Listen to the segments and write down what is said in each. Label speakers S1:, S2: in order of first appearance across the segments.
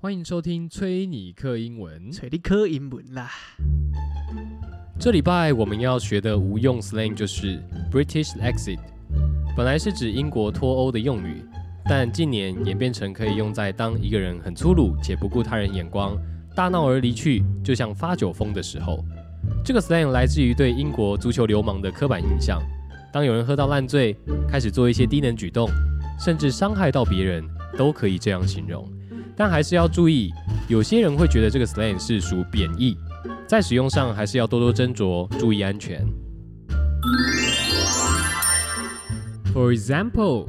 S1: 欢迎收听崔尼克英文。
S2: 找你科英文啦。
S1: 这礼拜我们要学的无用 slang 就是 British exit，本来是指英国脱欧的用语，但近年演变成可以用在当一个人很粗鲁且不顾他人眼光，大闹而离去，就像发酒疯的时候。这个 slang 来自于对英国足球流氓的刻板印象。当有人喝到烂醉，开始做一些低能举动，甚至伤害到别人，都可以这样形容。但还是要注意，有些人会觉得这个 slang 是属贬义，在使用上还是要多多斟酌，注意安全。For example,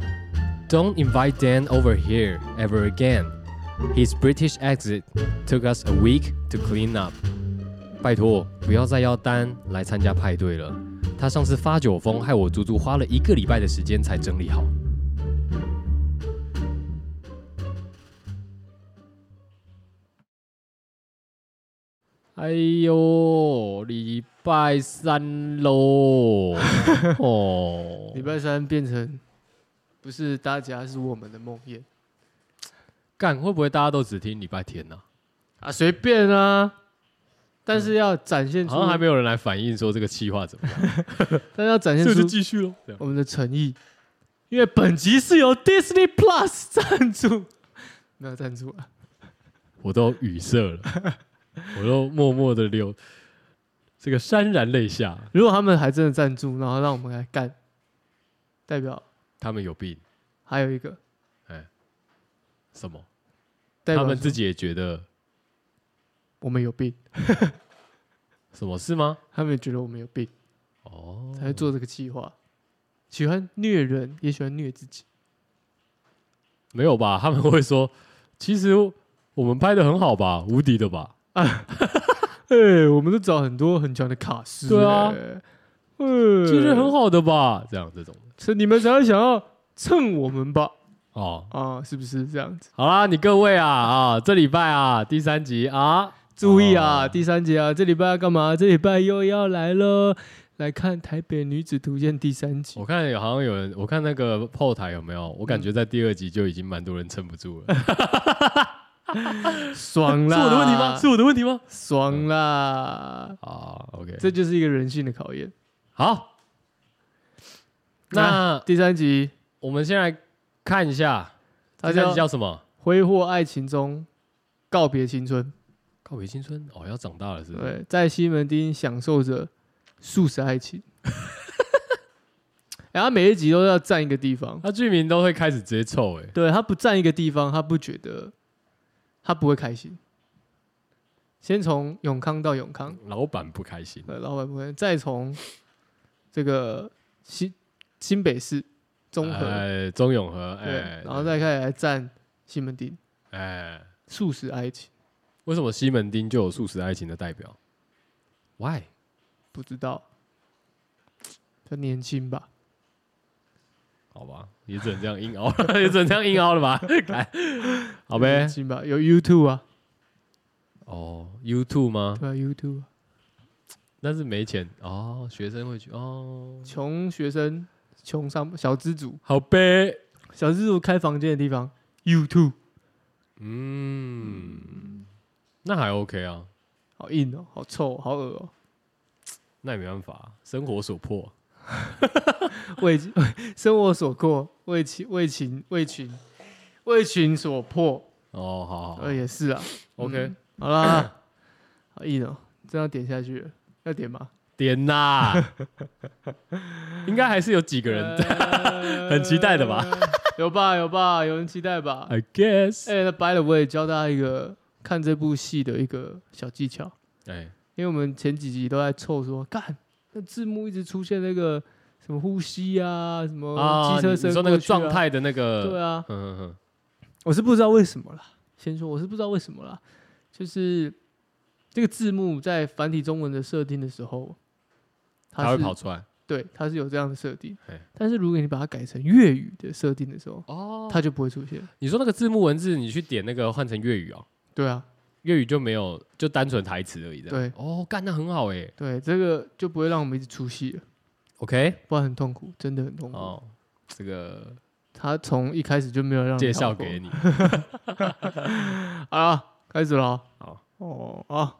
S1: don't invite Dan over here ever again. His British exit took us a week to clean up. 拜托，不要再邀丹来参加派对了。他上次发酒疯，害我足足花了一个礼拜的时间才整理好。哎呦，礼拜三喽！哦，
S2: 礼拜三变成不是大家是我们的梦魇
S1: 干会不会大家都只听礼拜天呢、
S2: 啊，随便啊，但是要展现出，
S1: 好像还没有人来反映说这个气话怎么样，
S2: 但是要展现
S1: 所以就
S2: 出
S1: 继续喽。这样
S2: 我们的诚意，因为本集是由 Disney Plus 赞助，没有赞助啊，
S1: 我都语塞了， 我都默默的流这个潸然泪下。
S2: 如果他们还真的赞助，然后让我们来干，代表
S1: 他们有病，
S2: 还有一个，
S1: 什么？
S2: 代表
S1: 他们自
S2: 己
S1: 己也觉得
S2: 我们有病，
S1: 什么事吗？
S2: 他们也觉得我们有病，
S1: 哦，
S2: 才会做这个计划。喜欢虐人，也喜欢虐自己。
S1: 没有吧？ 他们会说，其实我们拍的很好吧，无敌的吧？
S2: 哎、我们都找很多很强的卡司、
S1: 对啊
S2: 哎，呃
S1: 其实很，好的吧？这样这种
S2: 是哎你们才会想要蹭我们吧？
S1: 哦，
S2: 啊，是不是这样子？
S1: 好啦，你各位啊啊，这礼拜啊第三集啊，
S2: 注意啊，
S1: 哦
S2: 第三节啊，这礼拜要干嘛？这礼拜又要来了，来看《台北女子图鉴》第三集。
S1: 我看有好像有人，我看那个后台有没有？我感觉在第二集就已经蛮多人撑不住了。
S2: 爽
S1: 是
S2: 啦！
S1: 我的问题吗？是我的问题吗？
S2: 爽啦！
S1: 啊，OK，
S2: 这就是一个人性的考验。
S1: 好，那
S2: 第三集，
S1: 我们先来看一下，
S2: 它
S1: 第三
S2: 叫
S1: 集叫什么？
S2: 挥霍爱情中告别青春。
S1: 告别青春哦，要长大了是不是？
S2: 对，在西门町享受着素食爱情。 然后每一集都要占一个地方，
S1: 他剧名都会开始直接臭哎、
S2: 对他不占一个地方，他不觉得，他不会开心。先从永康到永康，
S1: 老板不开心，
S2: 呃，老板不会，再从这个新新北市综合，
S1: 哎，中永和，
S2: 对
S1: 哎，，
S2: 然后再开始来占西门町
S1: 哎，
S2: 素食爱情，
S1: 为什么西门町就有素食爱情的代表？Why？
S2: 不知道，他年轻吧，
S1: 好吧，也只能这样硬凹了，也只能这样硬凹了吧？来好呗
S2: 年。轻吧，有 YouTube 啊，
S1: 哦，YouTube 吗？
S2: 对啊，YouTube 啊。
S1: 但是没钱哦，学生会去哦，
S2: 穷学生、穷上小资族、
S1: 好呗。
S2: 小资族开房间的地方，YouTube
S1: 嗯，那还 OK 啊，
S2: 好硬哦，好臭，好恶 哦。
S1: 那也没办法，啊生活所迫。
S2: 为生活所迫，为情为情为情为情所迫，
S1: 哦，好好好
S2: 呃，也是啊。
S1: ，OK，
S2: 好啦，好硬哦，真要点下去了，要点吗？
S1: 点呐， 应该还是有几个人
S2: 人
S1: 很期待的吧？
S2: 呃有吧，有吧，有人期待吧？
S1: ，I guess，
S2: 哎，那 by the way，教大家一个看这部戏的一个小技巧。
S1: 哎，
S2: 因为我们前几集都在凑说，干那字幕一直出现那个什么呼吸啊，什么
S1: 啊，
S2: 机
S1: 你
S2: 车
S1: 你
S2: 声、
S1: 说那个状，态的那
S2: 对
S1: 个，
S2: 啊，
S1: 嗯嗯嗯，
S2: 我是不知道为什么啦。先说我是不知道为什么啦，就是这个字幕在繁体中文的设定的时候，它
S1: 它会
S2: 是
S1: 跑出来，
S2: 对，它是有这样的设定
S1: 嘿。
S2: 但是如果你把它改成粤语的设定的时候，
S1: 哦，
S2: 它就不会出现。
S1: 你说那个字幕文字，你去点那个换成粤语哦，
S2: 对啊，
S1: 粤语就没有，就单纯台词而已，这样，
S2: 对
S1: 哦，干，那很好哎
S2: 对，这个就不会让我们一直出戏了，
S1: ，OK，
S2: 哦
S1: 哦
S2: 不然很痛苦，真的很痛苦。
S1: 哦，这个
S2: 他从一开始就没有让你
S1: 介绍
S2: 跳过
S1: 给你。
S2: 好了，开始了哦。
S1: 好
S2: 哦啊！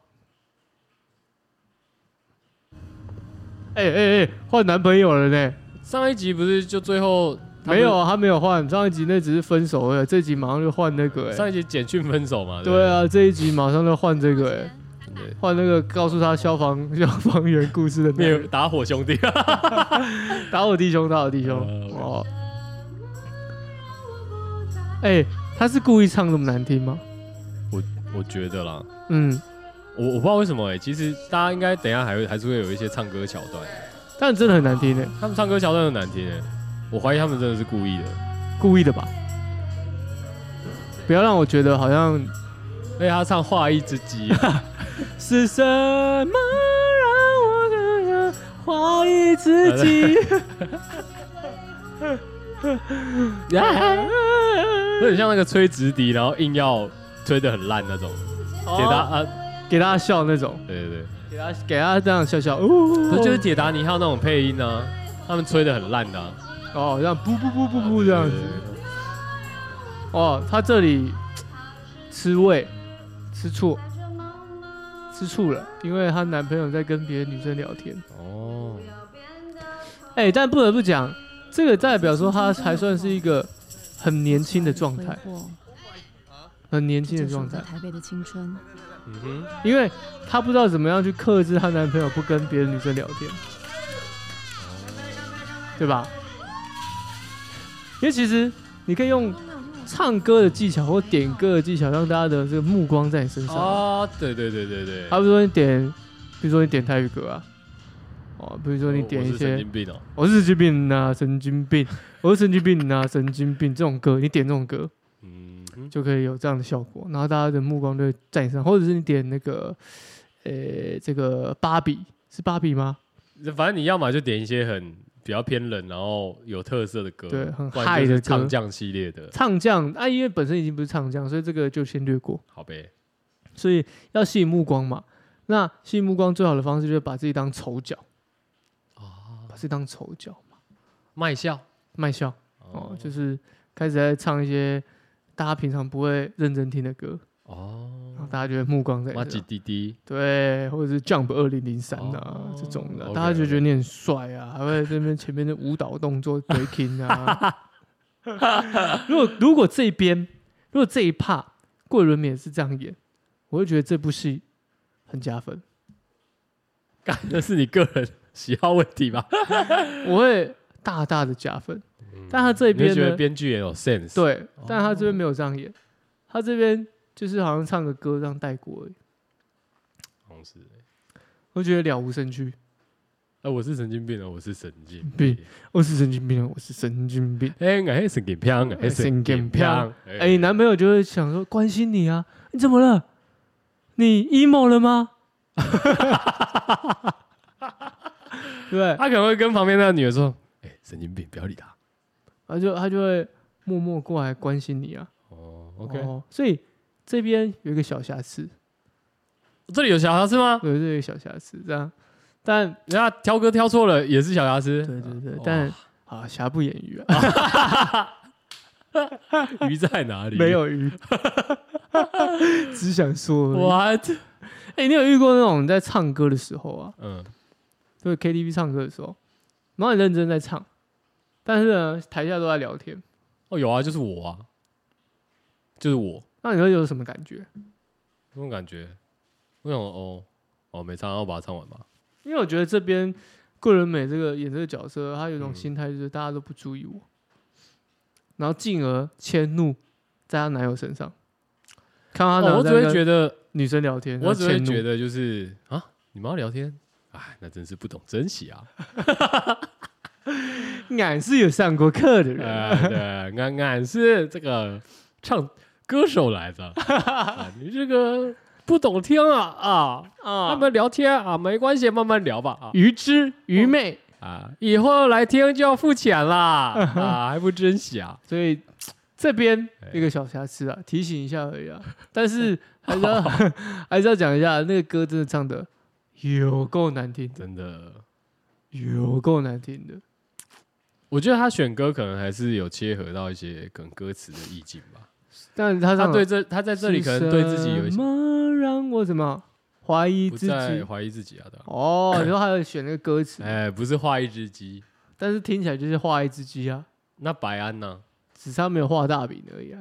S2: 哎哎哎，换男朋友了呢？
S1: 上一集不是就最后他们
S2: 没有，啊，他没有换。上一集那只是分手而已，这集马上就换那个、哎，
S1: 上一集简讯分手嘛？
S2: 对
S1: 不
S2: 啊，这一集马上就换这个、哎，
S1: 对，对
S2: 换那个告诉他消防消防员故事的男
S1: 灭
S2: 人，
S1: 打火兄 弟，
S2: 打我弟兄，打我弟兄。
S1: 呃，OK
S2: 哦，哎、他是故意唱那么难听吗？
S1: 我觉得啦，
S2: 嗯，
S1: 我我不知道为什么哎、其实大家应该等一下还会还是会有一些唱歌桥段，
S2: 但真的很难听呢、
S1: 他们唱歌桥段很难听哎、我怀疑他们真的是故意的，
S2: 故意的吧？不要让我觉得好像
S1: 而且他唱画一只鸡，
S2: 是什么让我怀疑自 己？
S1: 有点像那个吹直笛，然后硬要吹得很烂那种，铁达
S2: 哦
S1: 啊，
S2: 给大家笑那种，
S1: 对对对，
S2: 给他给他这样笑笑，哦，
S1: 这就是铁达尼号那种配音啊，他们吹得很烂的啊、
S2: 哦，这样不不不不不这样子
S1: 对，对对
S2: 哦，他这里吃味，吃醋，吃醋了，因为她男朋友在跟别的女生聊天。
S1: 哦，
S2: 哎、但不得不讲，这个代表说她还算是一个很年轻的状态，很年轻
S3: 这
S2: 的
S3: 是我
S2: 状
S3: 在
S2: 态，
S3: 台北的青春。
S1: 嗯哼，
S2: 因为她不知道怎么样去克制她男朋友不跟别的女生聊天，对吧？因为其实你可以用唱歌的技巧或点歌的技巧，让大家的这个目光在你身上。
S1: 哦，对对对对对，
S2: 好比说你点，比如说你点泰语歌啊，哦，比如说你
S1: 我
S2: 点
S1: 我
S2: 一
S1: 是
S2: 些
S1: 神经病哦，
S2: 我是神经病呐、神经病，我是神经病呐、神经病这种歌，你点这种歌
S1: 嗯哼，
S2: 就可以有这样的效果，然后大家的目光就会在你身上，或者是你点那个，呃、这个芭比是芭比吗？
S1: 反正你要么就点一些很比较偏冷，然后有特色的歌，
S2: 对很
S1: 不然就
S2: 嗨的
S1: 是
S2: 歌
S1: 唱将系列的，
S2: 唱将，啊，因为本身已经不是唱将，所以这个就先略过，
S1: 好呗。
S2: 所以要吸引目光嘛。那吸引目光最好的方式就是把自己当丑角，
S1: 哦，
S2: 把自己当丑角嘛，
S1: 卖笑
S2: 卖笑。哦，就是开始在唱一些大家平常不会认真听的歌，然后
S1: 哦，
S2: 大家觉得目光在你
S1: 马
S2: 身
S1: 吉
S2: 上
S1: 弟弟，
S2: 对，或者是 Jump 二零零三啊
S1: 哦
S2: 这种的，
S1: OK，OK
S2: 大家就觉得你很帅啊，还会在那边前面的舞蹈动作 breaking 啊。如果如果这边如果这一趴桂纶镁是这样演，我会觉得这部戏很加分，
S1: 干那是你个人喜好问题吧？
S2: 我会大大的加分。但他 这
S1: 嗯你会
S2: 边
S1: 觉得哦
S2: 呢，
S1: 编剧也有 sense，，
S2: 对，但他这边没有这样演，他这边就是好像唱个歌这样带过而已。
S1: 好像是。
S2: 我觉得了无生趣。
S1: 哎，我是神经病哦，我是神经
S2: 病。我是神经病啊，我是神经病。
S1: 哎，我是神经病，我是哎神经
S2: 神经
S1: 病
S2: 病。
S1: 哎
S2: 哎、你男朋友就会想说关心你啊，你怎么了？你 emo 了吗？ 对，
S1: 他可能会跟旁边那个女的 说：“哎，神经病，不要理他。
S2: 他就他就会默默过来关心你啊。”
S1: 哦，OK，
S2: 哦所以这边有一个小瑕疵，
S1: 这里有小瑕疵吗？
S2: 对，这个小瑕疵这样，但
S1: 人家挑歌挑错了，也是小瑕疵。
S2: 对对对
S1: 哇，
S2: 但啊，瑕不掩瑜啊，
S1: 鱼在哪里？
S2: 没有瑜， 只想说而已。
S1: what？
S2: 哎、你有遇过那种在唱歌的时候啊，
S1: 嗯，
S2: 就是 KTV 唱歌的时候，然后很认真在唱，但是呢，台下都在聊天，
S1: 哦，有啊，就是我啊，就是我
S2: 那你会有什么感觉？
S1: 那种感觉。我想哦哦，没唱，我把它唱完吧。
S2: 因为我觉得这边桂纶镁这个演这个角色，她有一种
S1: 嗯
S2: 心态，就是大家都不注意我，然后进而迁怒在她男友身上。看到她
S1: 哦，
S2: 男友
S1: 我只
S2: 在
S1: 会
S2: 跟
S1: 觉得，
S2: 女生聊天，
S1: 我只会觉
S2: 得
S1: 得就是啊，你们要聊天，哎，那真是不懂珍惜啊。
S2: 俺是有上过课的人，
S1: 呃， 对，俺俺是这个唱歌手来 的，啊你这个不懂听啊啊，
S2: 啊
S1: 他们聊天啊，没关系，慢慢聊吧啊。
S2: 愚痴愚昧，
S1: 啊，以后来听就要付钱啦， 啊，还不珍惜啊？
S2: 所以这边
S1: 哎
S2: 一个小瑕疵啊，提醒一下而 已啊。但是还是要 还是要讲一下，那个歌真的唱的有够难听的，
S1: 真的，
S2: 有够难听的。
S1: 我觉得他选歌可能还是有切合到一些可能歌词的意境吧。
S2: 但是他
S1: 他
S2: 唱
S1: 对这他在这里可能对自己有一
S2: 嗯什
S1: 些
S2: 么让我怎么怀疑
S1: 不
S2: 自
S1: 再
S2: 己？
S1: 怀疑自己啊，对吧？
S2: 哦，你说他有选那个歌词，
S1: 哎，不是画一只鸡，
S2: 但是听起来就是画一只鸡啊，
S1: 那白安呢？
S2: 只是他没有画大饼而已啊。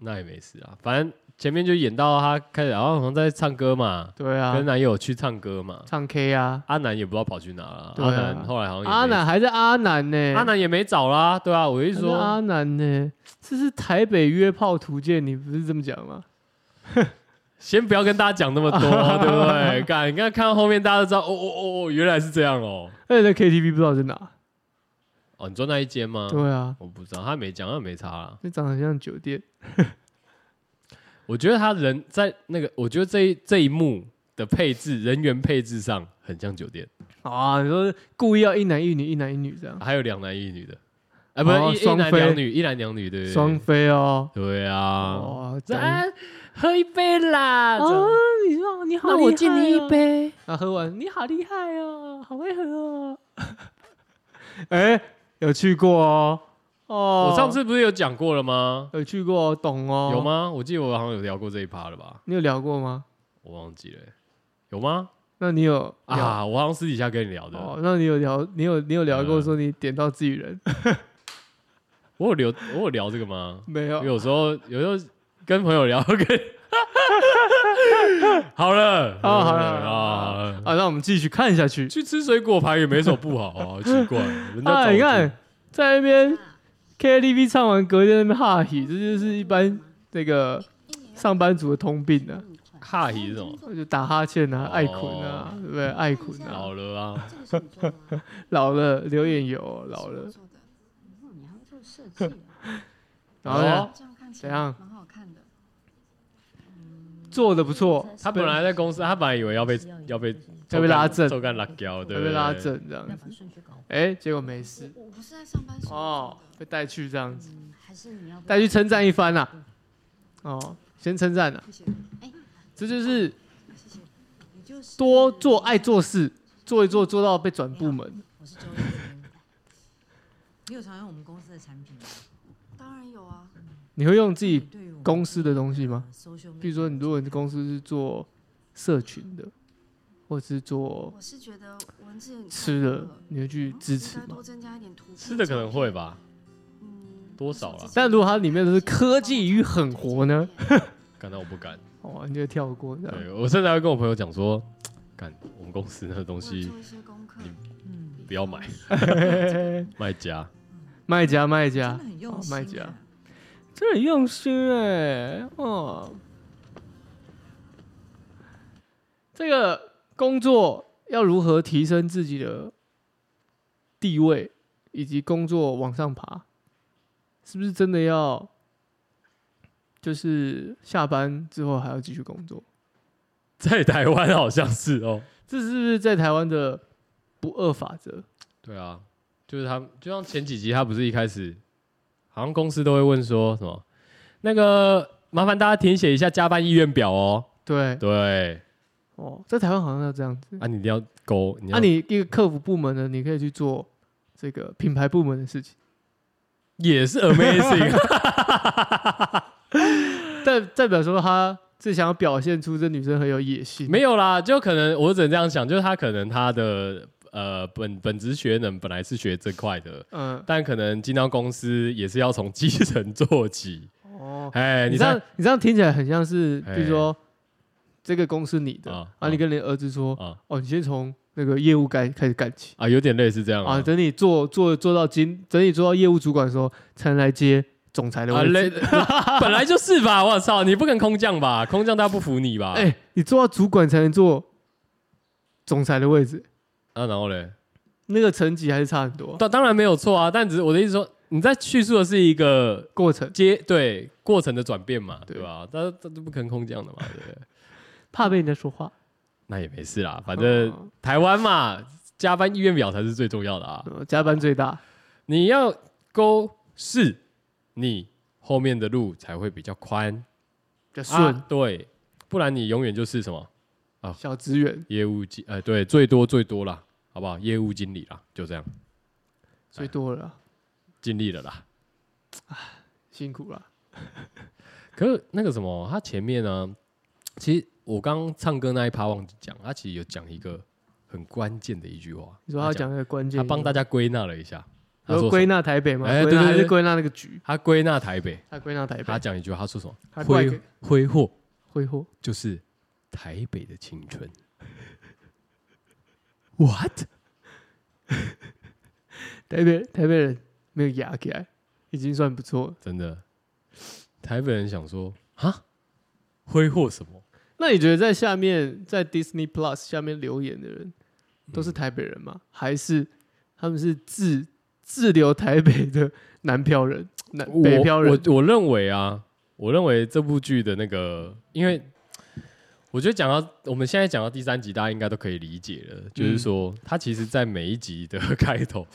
S1: 那也没事啊，反正前面就演到他开始，然后好像在唱歌嘛，
S2: 对啊
S1: 跟，男友去唱歌嘛，
S2: 唱 K 啊，
S1: 阿南也不知道跑去哪了，
S2: 对啊
S1: 阿南后来好像哦也没
S2: 阿南还是阿南呢、
S1: 阿南也没找啦，对啊，我一
S2: 还是
S1: 说
S2: 阿南呢、这是台北约炮图鉴，你不是这么讲吗？
S1: 先不要跟大家讲那 么多，对不对？看，你看看到后面大家都知道，哦哦哦哦，原来是这样哦。
S2: 哎那你在 KTV 不知道在哪？
S1: 哦，你坐那一间吗？
S2: 对啊，
S1: 我不知道，他没讲，他没查啦。
S2: 那长得很像酒店。
S1: 我觉得他人在那个，我觉得这一这一幕的配置，人员配置上很像酒店，
S2: 啊，你说故意要一男一女，一男一女这样，
S1: 还有两男一女的，哎，不是
S2: 哦
S1: 一一
S2: 双
S1: 男
S2: 飞
S1: 两女，一男两女，对不对？
S2: 双哦飞哦。
S1: 对啊，
S2: 哇，
S1: 这
S2: 讲
S1: 啊，喝一杯啦，这样
S2: 哦，你说你好、
S1: 那我敬你一。杯。
S2: 啊，喝完，你好厉害哦，好会喝哦。 哎、有去过哦。哦，
S1: 我上次不是有讲过了吗？
S2: 有去过哦，懂哦。
S1: 有？吗？我记得我好像有聊过这一趴了吧？
S2: 你有聊过吗？
S1: 我忘记了欸，有吗？
S2: 那你有聊
S1: 啊，我好像私底下跟你聊的，
S2: 哦，那你有聊，你有你有聊过
S1: 嗯
S2: 说你点到自己人、
S1: 我有聊，我有聊这个吗？
S2: 没
S1: 因为
S2: 有？
S1: 有时候有时候跟朋友聊， 跟好了，
S2: 好了好了
S1: 啊，好了
S2: 啊，那我们继续看下去。
S1: 去吃水果盘也没什么不好啊，奇怪，人家
S2: 啊，
S1: 找
S2: 你看在那边 KTV 唱完，隔天在那边哈喜，这就是一般那个上班族的通病啊，
S1: 哈姨这种，
S2: 就打哈欠啊
S1: 哦、
S2: 爱困啊，对不对？爱困啊
S1: 老，了啊，
S3: 这个是你做的吗？
S2: 老了流眼油，老
S3: 是
S2: 了
S3: 我，做的。哦，你还会做设计啊？
S2: 然后呢
S1: 哦
S3: 这样看起
S2: 怎
S3: 来
S2: 样
S3: 蛮好看的。
S2: 做的不错，
S1: 他本来在公司，他本来以为要被要被
S2: 要被拉正
S1: 抽干辣椒，对
S2: 会
S1: 不对？
S2: 被拉正这样
S3: 要
S2: 子，
S3: 把顺序搞混。
S2: 哎，结果没事
S3: 我我不是在上班时
S2: 哦
S3: 候做，
S2: 被带去这样
S3: 的，
S2: 子，
S3: 嗯，还是你要不
S2: 带去称赞一番啦、哦，先称赞啦，
S3: 谢谢，
S2: 这就是
S3: 谢谢。你就是
S2: 多做爱做事，做一做做到被转部门，
S4: 我是周一鸣。你有常用我们公司的产品吗？
S3: 当然有啊，
S2: 你会用自己
S4: 对于我们
S2: 公司的东西吗？
S4: social media
S2: 比如说，你如果你的公司是做社群的，或是做
S3: 我是觉得文字很
S2: 吃
S3: 快乐
S2: 的，你会去支持
S3: 应该
S2: 吗
S3: 多？增加一点图片。
S1: 吃的可能会吧，
S3: 嗯，
S1: 多少啦
S2: 但如果它里面都是科技与狠活呢？
S1: 感到我不敢。
S2: 哦，你就跳过这样。
S1: 对我甚至还会跟我朋友讲说，干我们公司那个东
S3: 我有
S1: 西
S3: 做一些功课，
S4: 嗯，
S1: 不要买，卖家。
S2: 卖家卖
S4: 真
S2: 家
S4: 的，很用
S2: 哦卖
S4: 心
S2: 家
S4: 啊。
S2: 这很用心哎、哦，这个工作要如何提升自己的地位，以及工作往上爬，是不是真的要就是下班之后还要继续工作？
S1: 在台湾好像是哦。
S2: 这是不是在台湾的不二法则？
S1: 对啊，就是他，就像前几集他不是一开始，好像公司都会问说什么，那个麻烦大家填写一下加班意愿表哦。
S2: 对
S1: 对，
S2: 哦，在台湾好像要这样子。
S1: 啊，你一定要勾，你
S2: 那、
S1: 要、
S2: 你一个客服部门呢，你可以去做这个品牌部门的事情。
S1: 也是 amazing，啊
S2: 代代表说他是想要表现出这女生很有野 心。
S1: 没有啦，就可能我只能这样想，就是他可能他的呃本本职学能本来是学这块的，
S2: 嗯，
S1: 但可能进到公司也是要从基层做起。
S2: 哦，
S1: 哎，
S2: 你
S1: 你
S2: 这
S1: 看
S2: 样你这样听起来很像是，
S1: 哎
S2: 比如说这个公司你的，
S1: 啊
S2: 啊，你跟你儿子说，
S1: 啊
S2: 哦，你先从那个业务该开始干起，
S1: 啊，有点类似这样
S2: 啊，
S1: 啊，
S2: 等你做做做到经，等你做到业务主管的时候，才能来接总裁的
S1: 啊
S2: 位置。
S1: 类， 本来就是吧，我操，你不肯空降吧？空降大家不服你吧？
S2: 哎，你做到主管才能做总裁的位置，
S1: 啊，然后嘞，
S2: 那个层级还是差很多。
S1: 当当然没有错啊，但只是我的意思说，你在叙述的是一个
S2: 过程
S1: 接对过程的转变嘛，
S2: 对
S1: 对吧？但这都不可能空降的嘛，对不嗯对？
S2: 怕被人家说话，
S1: 那也没事啦，反正
S2: 哦
S1: 台湾嘛，加班意愿表才是最重要的啊。
S2: 呃加班最大。
S1: 你要勾是，你后面的路才会比较宽
S2: 比较顺
S1: 啊，对，不然你永远就是什么
S2: 小职员，
S1: 业务经，呃，对，最多最多啦，好不好？业务经理啦，就这样。
S2: 最多了啊啦，
S1: 尽力了啦。
S2: 辛苦了。
S1: 可是那个什么，他前面呢，其实我刚唱歌那一趴忘记讲，他其实有讲一个很关键的一句话。
S2: 你说他讲，的关键，
S1: 他帮大
S2: 家
S1: 家归纳了一下，他
S2: 有
S1: 说
S2: 归
S1: 什么
S2: 纳台北吗？
S1: 哎
S2: 归纳
S1: 对对
S2: 还是
S1: 对
S2: 归纳那个局？
S1: 他归纳台北，
S2: 他归纳台
S1: 他
S2: 北，
S1: 讲一句话，他说什么？
S2: 他怪
S1: 挥
S2: 给
S1: 挥霍
S2: 挥霍，
S1: 就是台北的青春。What？
S2: 台北台北人没有压起来，已经算不错了。
S1: 真的，台北人想说啊，挥霍什么？
S2: 那你觉得在下面在 Disney Plus 下面留言的人都是台北人吗？还是他们是自自留台北的南漂人、南
S1: 我
S2: 北漂人？
S1: 我我认为啊，我认为这部剧的那个，因为我觉得讲到我们现在讲到第三集，大家应该都可以理解了，
S2: 嗯
S1: 就是说它其实，在每一集的 开头，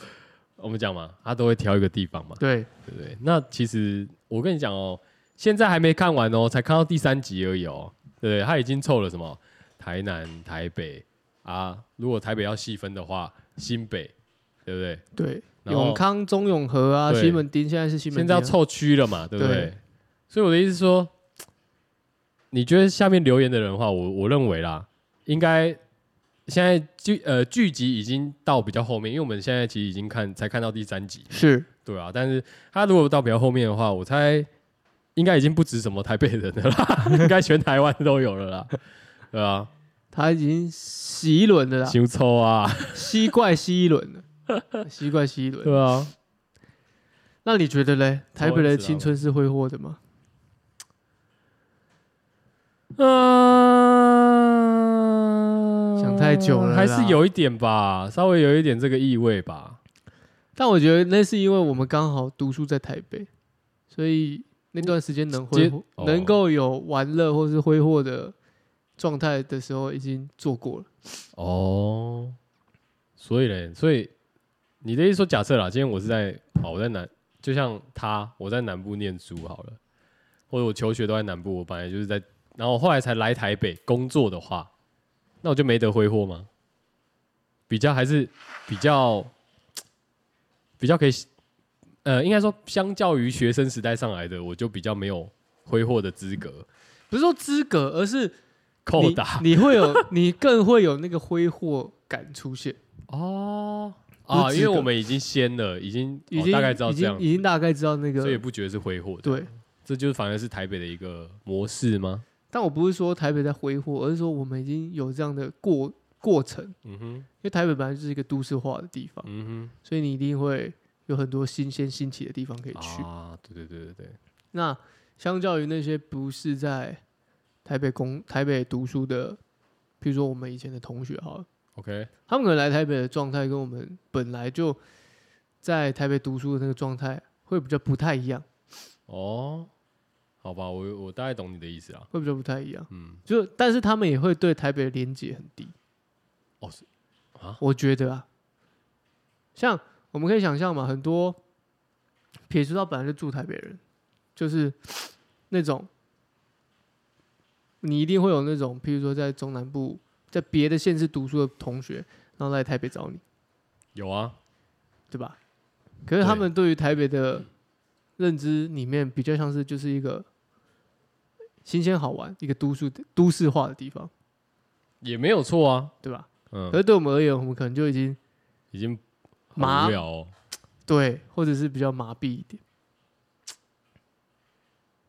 S1: 我们讲嘛，它都会挑一个地方嘛，
S2: 对，
S1: 对不对？那其实我跟你讲哦，现在还没看完哦，才看到第三集而已哦，对不对？他已经凑了什么台南、台北啊，如果台北要细分的话，新北，对不对？
S2: 对，
S1: 然后
S2: 永康、中永和啊，
S1: 对
S2: 西门町现在是西门
S1: 现
S2: 町
S1: 在
S2: 啊、
S1: 要凑区了嘛，对不对？
S2: 对
S1: 所以我的意思是说，你觉得下面留言的人的话，我我认为啦，应该现在剧呃剧集已经到比较后面，因为我们现在其实已经看才看到第三集，
S2: 是
S1: 对啊。但是他如果到比较后面的话，我猜应该已经不止什么台北人的啦， 应该全台湾都有了啦，对啊，
S2: 他已经洗一轮的啦，
S1: 行抽啊，
S2: 吸怪吸一轮了，吸怪吸一轮。
S1: 对啊，
S2: 那你觉得嘞？台北人的青春是挥霍的吗？啊
S1: 嗯，
S2: 想太久了啦
S1: 还是有一点吧，稍微有一点这个意味吧。
S2: 但我觉得那是因为我们刚好读书在台北，所以那段时间能挥
S1: 直
S2: 霍
S1: 接、哦
S2: 能够有玩乐或是挥霍的状态的时候，已经做过了。
S1: 哦，所以嘞，所以你的意思说，假设啦，今天我是在好，我在南，就像他，我在南部念书好了，或者我求学都在南部，我本来就是在，然后我后来才来台北工作的话，那我就没得挥霍吗？比较还是比较比较可以，呃，应该说，相较于学生时代上来的，我就比较没有挥霍的资格，
S2: 不是说资格，而是
S1: 扣打
S2: 你你会有，你更会有那个挥霍感出现，
S1: 哦
S2: 不
S1: 啊，
S2: 是
S1: 因
S2: 资
S1: 为
S2: 格
S1: 我们已经先了，已经
S2: 已
S1: 我
S2: 经、
S1: 大概知道
S2: 已
S1: 这样
S2: 经，已经大概知道那
S1: 所以也
S2: 个
S1: 不觉得是挥霍的。
S2: 对。
S1: 这就是反而是台北的一个模式吗？
S2: 但我不是说台北在挥霍，而是说我们已经有这样的过过程，因
S1: 嗯哼，
S2: 为台北本来就是一个都市化的地方，
S1: 嗯
S2: 所以你一定会有很多新鲜新奇的地方可以
S1: 哼，
S2: 去。
S1: 啊，对对对对对，
S2: 那相较于那些不是在台北工、台北读书的，比如说我们以前的同学好了，
S1: ，OK，
S2: 他们可能来台北的状态跟我们本来就在台北读书的那个状态会比较不太一样，
S1: 哦，好吧，我我大概懂你的意思啦。
S2: 会比较不太一样。
S1: 嗯，
S2: 就但是他们也会对台北的连接很低。
S1: 哦是啊
S2: 我觉得啊，像我们可以想象嘛，很多撇除到本来就住台北人，就是那种你一定会有那种，譬如说在中南部，在别的县市读书的同学，然后来台北找你，
S1: 有啊，
S2: 对吧？可是他
S1: 对
S2: 们对于台北的认知里面，比较像是就是一个新鲜好玩、一个都市都市化的地方，
S1: 也没有错啊，
S2: 对吧？可
S1: 嗯，
S2: 是对我们而言，我们可能就已经
S1: 已经好
S2: 麻
S1: 无聊哦，
S2: 对，或者是比较麻痹一点。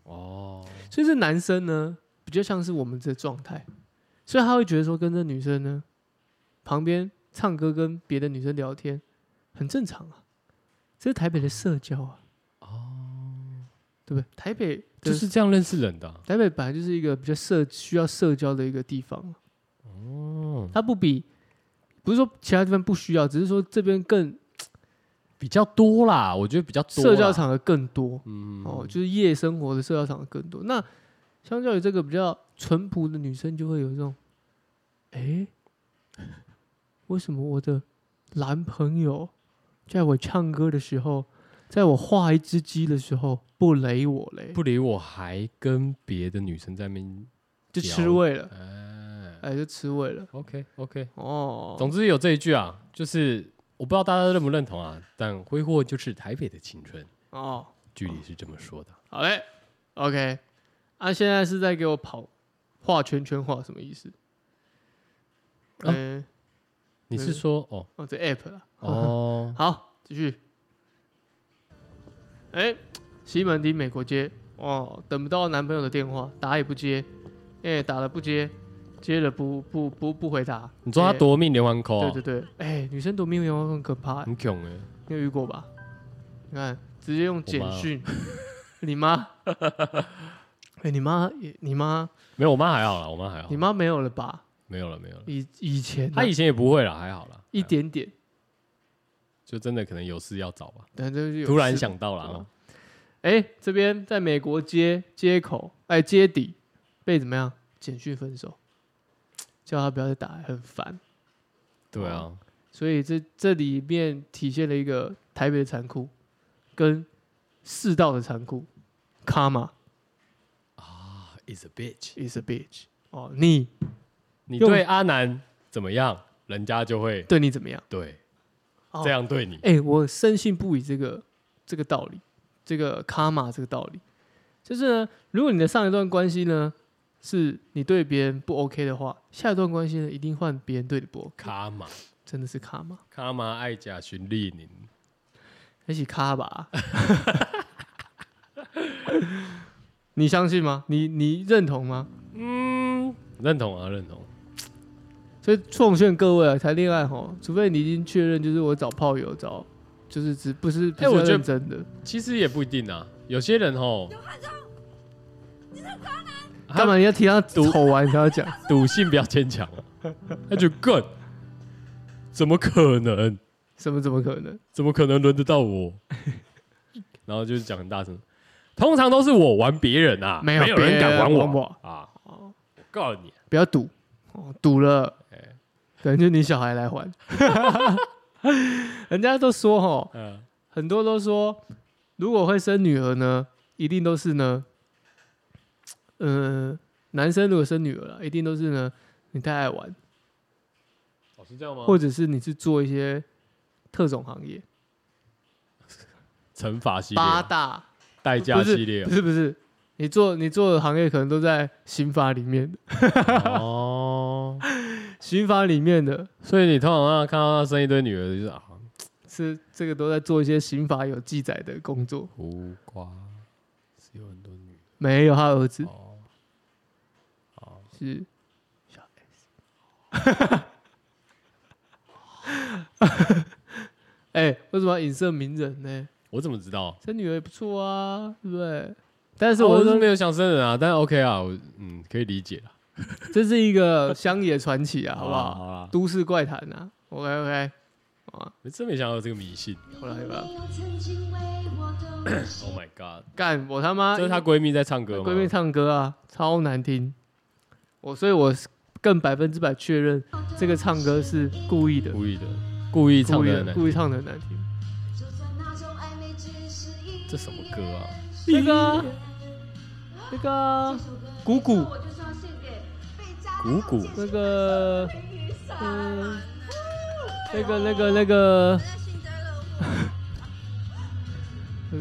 S1: 哦，
S2: 所以这男生呢，比较像是我们这状态，所以他会觉得说，跟这女生呢，旁边唱歌跟别的女生聊天，很正常啊，这是台北的社交啊，哦，对不对？台北的
S1: 就是这样认识人的啊、
S2: 台北本来就是一个比较社需要社交的一个地方，
S1: 嗯，
S2: 它不比不是说其他地方不需要，只是说这边更
S1: 比较多啦，我觉得比较多啦
S2: 社交，场合更多，
S1: 嗯，
S2: 哦，就是夜生活的社交场合更多。那相较于这个比较淳朴的女生，就会有这种，哎、 为什么我的男朋友在我唱歌的时候，在我画一只鸡的时候不雷我嘞？
S1: 不理我还跟别的女生在那边，
S2: 就吃味了，
S1: 哎
S2: 哎、就吃味了。
S1: ，OK OK，
S2: 哦，
S1: 总之有这一句啊，就是我不知道大家认不认同啊，但挥霍就是台北的青春，
S2: 哦，
S1: 距离是这么说的。
S2: 好嘞，OK。啊，现在是在给我跑画圈圈画，什么意思？
S1: 啊
S2: 嗯、
S1: 你是说哦
S2: 哦，这 app 啦。
S1: 哦，
S2: 好，继续。哎、西门町美国街哦，等不到男朋友的电话，打也不接，哎、打了不接，接了不不不不回答。
S1: 你说他
S2: 哎、
S1: 夺命连环扣、啊，
S2: 对对对，哎、女生夺命连环扣很可怕、
S1: 很囧哎、
S2: 你有遇过吧？你看，直接用简
S1: 我妈哦
S2: 讯，你妈， 哎、你妈也，你妈，
S1: 没有，我妈还好啦，我妈还好，
S2: 你妈没有了吧？
S1: 没有了，没有了。
S2: 以以前啊、
S1: 她以前也不会啦，还好啦，
S2: 一
S1: 还好
S2: 点点，
S1: 就真的可能有事要找吧，
S2: 但就是有
S1: 突然
S2: 事
S1: 想到了、
S2: 哦哎、这边在美国街街口，哎、街底被怎么样？简讯分手，叫他不要再打，很烦。
S1: 对啊，
S2: 哦所以这这里面体现了一个台北的残酷，跟世道的残酷。Karma
S1: is a bitch。
S2: is a bitch。哦，你
S1: 你
S2: 用
S1: 对阿南怎么样，人家就会
S2: 对你怎么样？
S1: 对、
S2: 哦
S1: 这样对你。
S2: 哎、我深信不疑这个这个道理，这个 karma 这个道理，就是呢，如果你的上一段关系呢是你对别人不 OK 的话，下一段关系呢一定换别人对你不 OK，
S1: 卡玛
S2: 真的是 karma，
S1: 卡玛爱甲循利宁，
S2: 一起 卡吧。你相信吗？你你认同吗？
S1: 嗯，认同啊，认同。
S2: 所以奉劝各位啊，谈恋爱吼，除非你已经确认，就是我找炮友找，就是只不是不
S1: 哎
S2: 是
S1: 我觉得
S2: 认真的，
S1: 其实也不一定啊，有些人吼，他
S2: 干嘛你要提他丑完你才要讲？
S1: 赌性比较坚强啊，他就更，怎么可能？
S2: 什么怎么可能？
S1: 怎么可能轮得到我？ 然后就是讲很大声，通常都是我玩别人啊，
S2: 没
S1: 没
S2: 有
S1: 人敢玩
S2: 别人玩我
S1: 啊！我告诉你，
S2: 不要赌，哦，赌了
S1: 哎，
S2: 可能就你小孩来还。 人家都说哈，
S1: 嗯，
S2: 很多都说，如果会生女儿呢，一定都是呢，呃，男生如果生女儿了，一定都是呢，你太爱玩，
S1: 哦，是这样吗？
S2: 或者是你是做一些特种行业，
S1: 惩罚系列
S2: 八
S1: 啊、
S2: 大
S1: 代
S2: 不
S1: 价
S2: 是
S1: 系列
S2: 不是不是，你做你做的行业可能都在刑法里面的，
S1: 啊哦，
S2: 刑法里面的
S1: 所以你通常啊看到他生一堆女儿，就是啊，
S2: 是这个都在做一些刑法有记载的工作，
S1: 胡瓜是有很多女
S2: 没有他儿子
S1: 的。哦，
S2: 是小 S。哎、为什么要影射名人呢？
S1: 我怎么知道？
S2: 生女儿也不错啊，对不对？但
S1: 但
S2: 是
S1: 哦是我
S2: 我是
S1: 是
S2: 说，
S1: 没有想生人啊，但 OK 啊，我嗯可以理解了，
S2: 这是一个乡野传奇 啊，好不
S1: 啦
S2: 好？
S1: 好啦，
S2: 都市怪谈啊，OK OK，啊，
S1: 真没想到有这个迷信
S2: 后来吧，
S1: ，Oh my god！
S2: 干我他妈
S1: 这是她闺蜜在唱歌吗？
S2: 啊闺蜜唱歌啊，超难听，我所以，我是更百分之百确认这个唱歌是故意的，
S1: 故意的，故意唱
S2: 故意
S1: 的
S2: 的，
S1: 呢。
S2: 故意唱的很难听。
S1: 这什么歌啊？
S2: 那个啊那个啊谷谷
S1: 鼓鼓
S2: 那个，嗯，那个那个那个，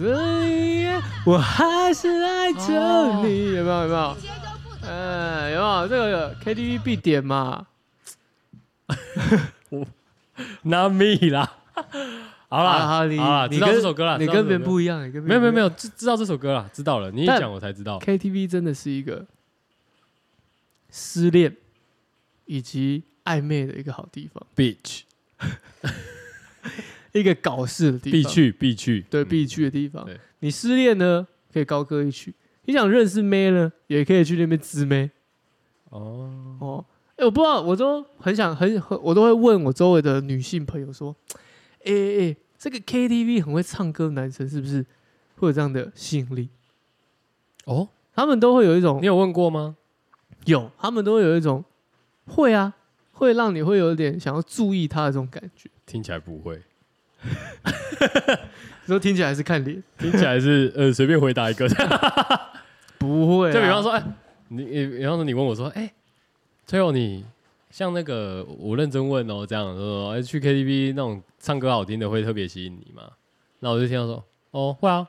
S2: 哎我还是爱着
S1: 哦
S2: 你，有没有有没有？嗯，有没有这个 KTV 必点嘛？
S1: 那米啦。 好啦，
S2: 啊
S1: 好
S2: 你
S1: 啦，
S2: 你
S1: 知道
S2: 跟
S1: 这首歌啦，知
S2: 你
S1: 道这
S2: 跟
S1: 首
S2: 别人
S1: 歌
S2: 不一样，你跟别人
S1: 没有没有没
S2: 有
S1: 有，知知道这首歌啦，知道了。你一
S2: 但
S1: 讲我才知道。
S2: ，KTV 真的是一个失恋以及暧昧的一个好地方，
S1: Beach
S2: 一个搞事的地
S1: 必
S2: 方，
S1: 去必去，
S2: 对
S1: 嗯
S2: 必去的地方
S1: 对。
S2: 你失恋呢，可以高歌一曲；你想认识妹呢，也可以去那边滋妹
S1: 哦，
S2: 哦。哎、我不知道，我都很想很很，我都会问我周围的女性朋友说：“哎、哎、哎这个 KTV 很会唱歌的男生是不是会有这样的吸引力
S1: 哦，？”
S2: 他们都会有一种
S1: 你有问过吗？
S2: 有，他们都会有一种会啊，会让你会有点想要注意他的这种感觉。
S1: 听起来不会，
S2: 说听起来是看脸，
S1: 听起来是呃随便回答一个。就
S2: 不会、啊。
S1: 比方，说，哎，你比方说你问我说，哎，崔友你像那个我我认真问哦，这样说、哎去 KTV 那种唱歌好听的会特别吸引你吗？那我就听到说，哦，会啊，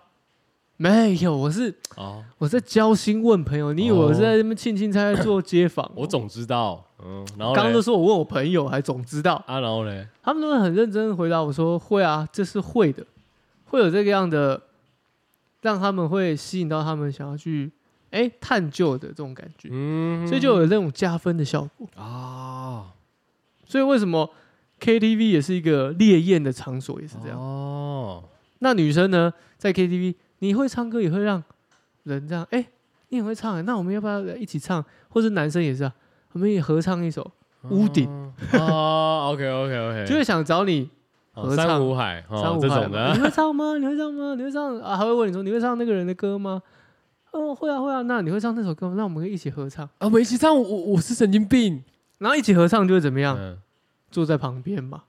S2: 没有，我是
S1: 哦，
S2: 我在交心问朋友，你以为我是在那边庆庆猜猜做街访？
S1: 哦我总知道，嗯，然后
S2: 刚刚
S1: 嘞
S2: 都说我问我朋友，还总知道，
S1: 啊，然后嘞，
S2: 他们都很认真地回答我说会啊，这是会的，会有这个样的，让他们会吸引到他们想要去哎、探究的这种感觉，
S1: 嗯，
S2: 所以就有那种加分的效果。
S1: 啊，
S2: 所以为什么 KTV 也是一个烈焰的场所，也是这样。
S1: 哦，
S2: 那女生呢，在 KTV，你会唱歌也会让人这样，哎、你很会唱、那我们要不要来一起唱？或是男生也是啊，我们也合唱一首，
S1: 嗯
S2: 屋顶
S1: 哦 o k OK OK，
S2: 就会想找你合唱
S1: 珊瑚海，哦
S2: 唱舞
S1: 这
S2: 派
S1: 种
S2: 嘛
S1: 的啊
S2: 你，会唱吗？你会唱吗？你会唱啊？还会问你说你会唱那个人的歌吗？哦，会啊会啊，那你会唱那首歌吗？那我们可以一起合唱，
S1: 啊，我们一起唱，我我我是神经病，
S2: 然后一起合唱就会怎么样？
S1: 嗯，
S2: 坐在旁边嘛，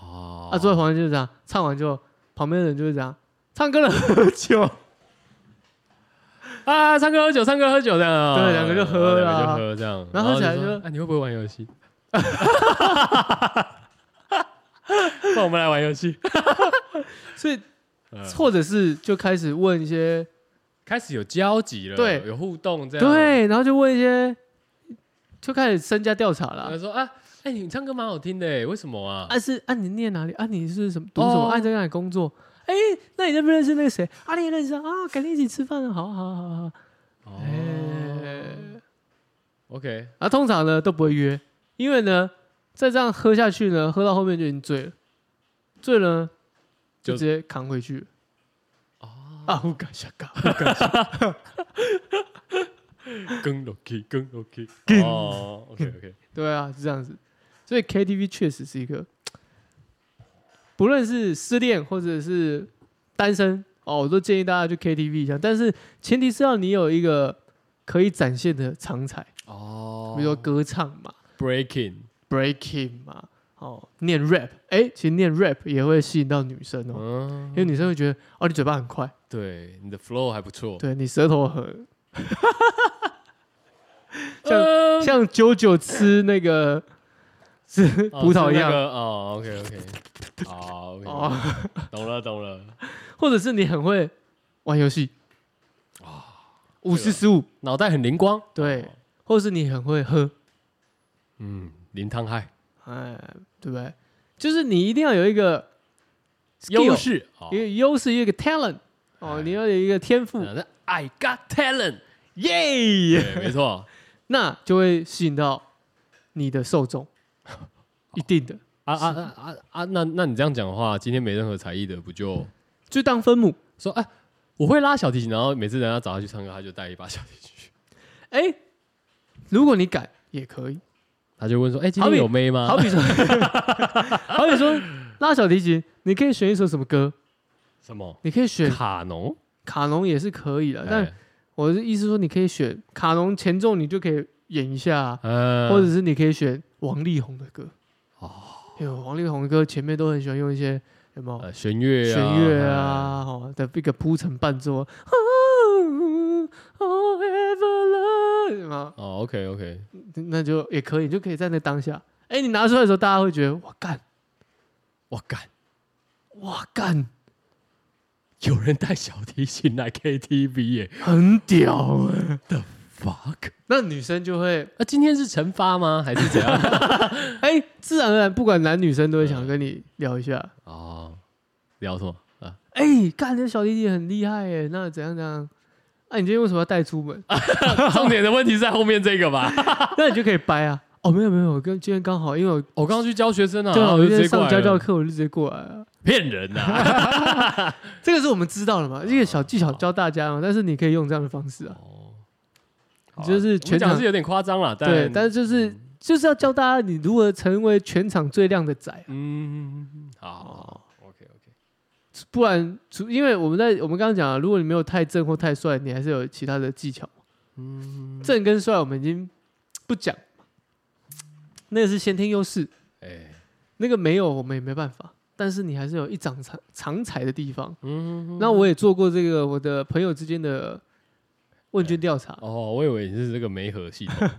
S1: 哦，
S2: 啊，坐在旁边就是这样，唱完就旁边的人就是这样，唱歌了 喝酒，
S1: 啊，唱歌喝酒，唱歌喝酒这样啊，
S2: 对两个就喝了啊
S1: 两个就喝这样，
S2: 然后喝起来
S1: 说
S2: 就
S1: 啊，你会不会玩游戏？那我们来玩游戏，
S2: 所以
S1: 嗯
S2: 或者是就开始问一些
S1: 开始有交集了，
S2: 对
S1: 有互动这样，，
S2: 对，然后就问一些，就开始身家调查了
S1: 他。说啊，哎，你唱歌蛮好听的，为什么啊？
S2: 啊是啊，你念哪里？啊你是什么读什么？
S1: 哦
S2: 啊你在哪里工作？哎、那你认不认识那个谁？啊你也认识啊？啊改天一起吃饭啊！好好好好。
S1: 哦
S2: 哎、
S1: ，OK，
S2: 啊通常呢都不会约，因为呢再这样喝下去呢，喝到后面就已经醉了，醉了呢就
S1: 就哦
S2: 直接扛回去了。啊呼嘎下嘎，
S1: 更 lucky，更 lucky，哦，OK OK，
S2: 对啊是这样子，所以 KTV 确实是一个，不论是失恋或者是单身哦，我都建议大家去 KTV 一下，但是前提是要你有一个可以展现的长才，
S1: 哦
S2: 比如说歌唱嘛、
S1: breaking，
S2: breaking 嘛，哦，念 rap，哎、其实念 rap 也会吸引到女生哦，
S1: 嗯
S2: 因，为女生会觉得哦，你嘴巴很快，
S1: 对，你的 flow 还不错，
S2: 对你舌头很像
S1: 像
S2: 像九九吃那个吃葡萄一
S1: 哦是那
S2: 样。
S1: 个哦，OK OK，好，OK，
S2: 哦，
S1: 懂了懂了，
S2: 或者是你很会玩游戏
S1: 哦
S2: 啊，五十十五
S1: 脑袋很灵光，
S2: 对，或者是你很会喝，
S1: 嗯，灵汤嗨，
S2: 哎，对不对？就是你一定要有一个 skill，
S1: 优势，哦
S2: 一个优势，一个 talent 哦，
S1: 哎
S2: 你要有一个天赋，
S1: 那 I got talent，
S2: 耶，
S1: 对，没错
S2: 那就会吸引到你的 受众，一定的，
S1: 啊啊啊啊啊，那那你这样讲的话，今天没任何才艺的不就
S2: 就当分母。
S1: 说哎，我会拉小提琴，然后每次人家找他去唱歌，他就带一把小提琴去，
S2: 哎，如果你敢也可以，
S1: 他就问说，哎，今
S2: 好
S1: 天
S2: 比
S1: 有妹吗？
S2: 好比说， 好比说拉小提琴，你可以选一首什么歌？
S1: 什么
S2: 你可以选
S1: 卡农，
S2: 卡农也是可以的，呃但
S1: 哎
S2: 我的意思说，你可以选卡农前奏，你就可以演一下啊、
S1: 呃，
S2: 或者是你可以选王力宏的歌。哦，有王力宏的歌前面都很喜欢用一些什么
S1: 呃弦乐
S2: 弦乐，啊，哦的一个铺陈伴奏。Oh, oh, ever love 嘛
S1: 哎，哦，OK OK，
S2: 那就也可以，你就可以在那当下。哎，你拿出来的时候，大家会觉得哇干，
S1: 我干。
S2: 哇干，
S1: 有人带小提琴来 KTV 耶
S2: 很屌哎、
S1: ，fuck！
S2: 那女生就会
S1: 那、今天是惩罚吗？还是怎样？
S2: 哎，自然而然，不管男女生都会想跟你聊一下。
S1: 哦，聊什么啊？
S2: 哎、干，这小弟弟很厉害哎，那怎样怎样？啊，你今天为什么要带 出门？
S1: 重点的问题是在后面这个吧？
S2: 那你就可以掰啊。哦，没有没有，我跟今天刚好，因为我
S1: 我刚刚去教学生啊，
S2: 正
S1: 然后我
S2: 好
S1: 就
S2: 今
S1: 直
S2: 天
S1: 接过来
S2: 上家教
S1: 了，
S2: 课，我就直接过来啊。
S1: 骗人呐、啊！
S2: 这个是我们知道了嘛，一个小技巧教大家
S1: 啊
S2: 嘛，但是你可以用这样的方式啊，
S1: 哦，啊
S2: 就是
S1: 我们
S2: 全
S1: 讲
S2: 场
S1: 是有点夸张了，但嗯
S2: 对，但是就是就是要教大家你如何成为全场最亮的仔啊，
S1: 嗯，好，OK OK，
S2: 不然除因为我们在我们刚刚讲啊，如果你没有太正或太帅，你还是有其他的技巧嘛。
S1: 嗯，
S2: 正跟帅我们已经不讲，那个是先天优势。
S1: 哎、
S2: 那个没有，我们也没办法。但是你还是有一长长长才的地方。
S1: 嗯，
S2: 那我也做过这个我的朋友之间的问卷调查，
S1: 哦 哦，我以为你是这个媒合系统，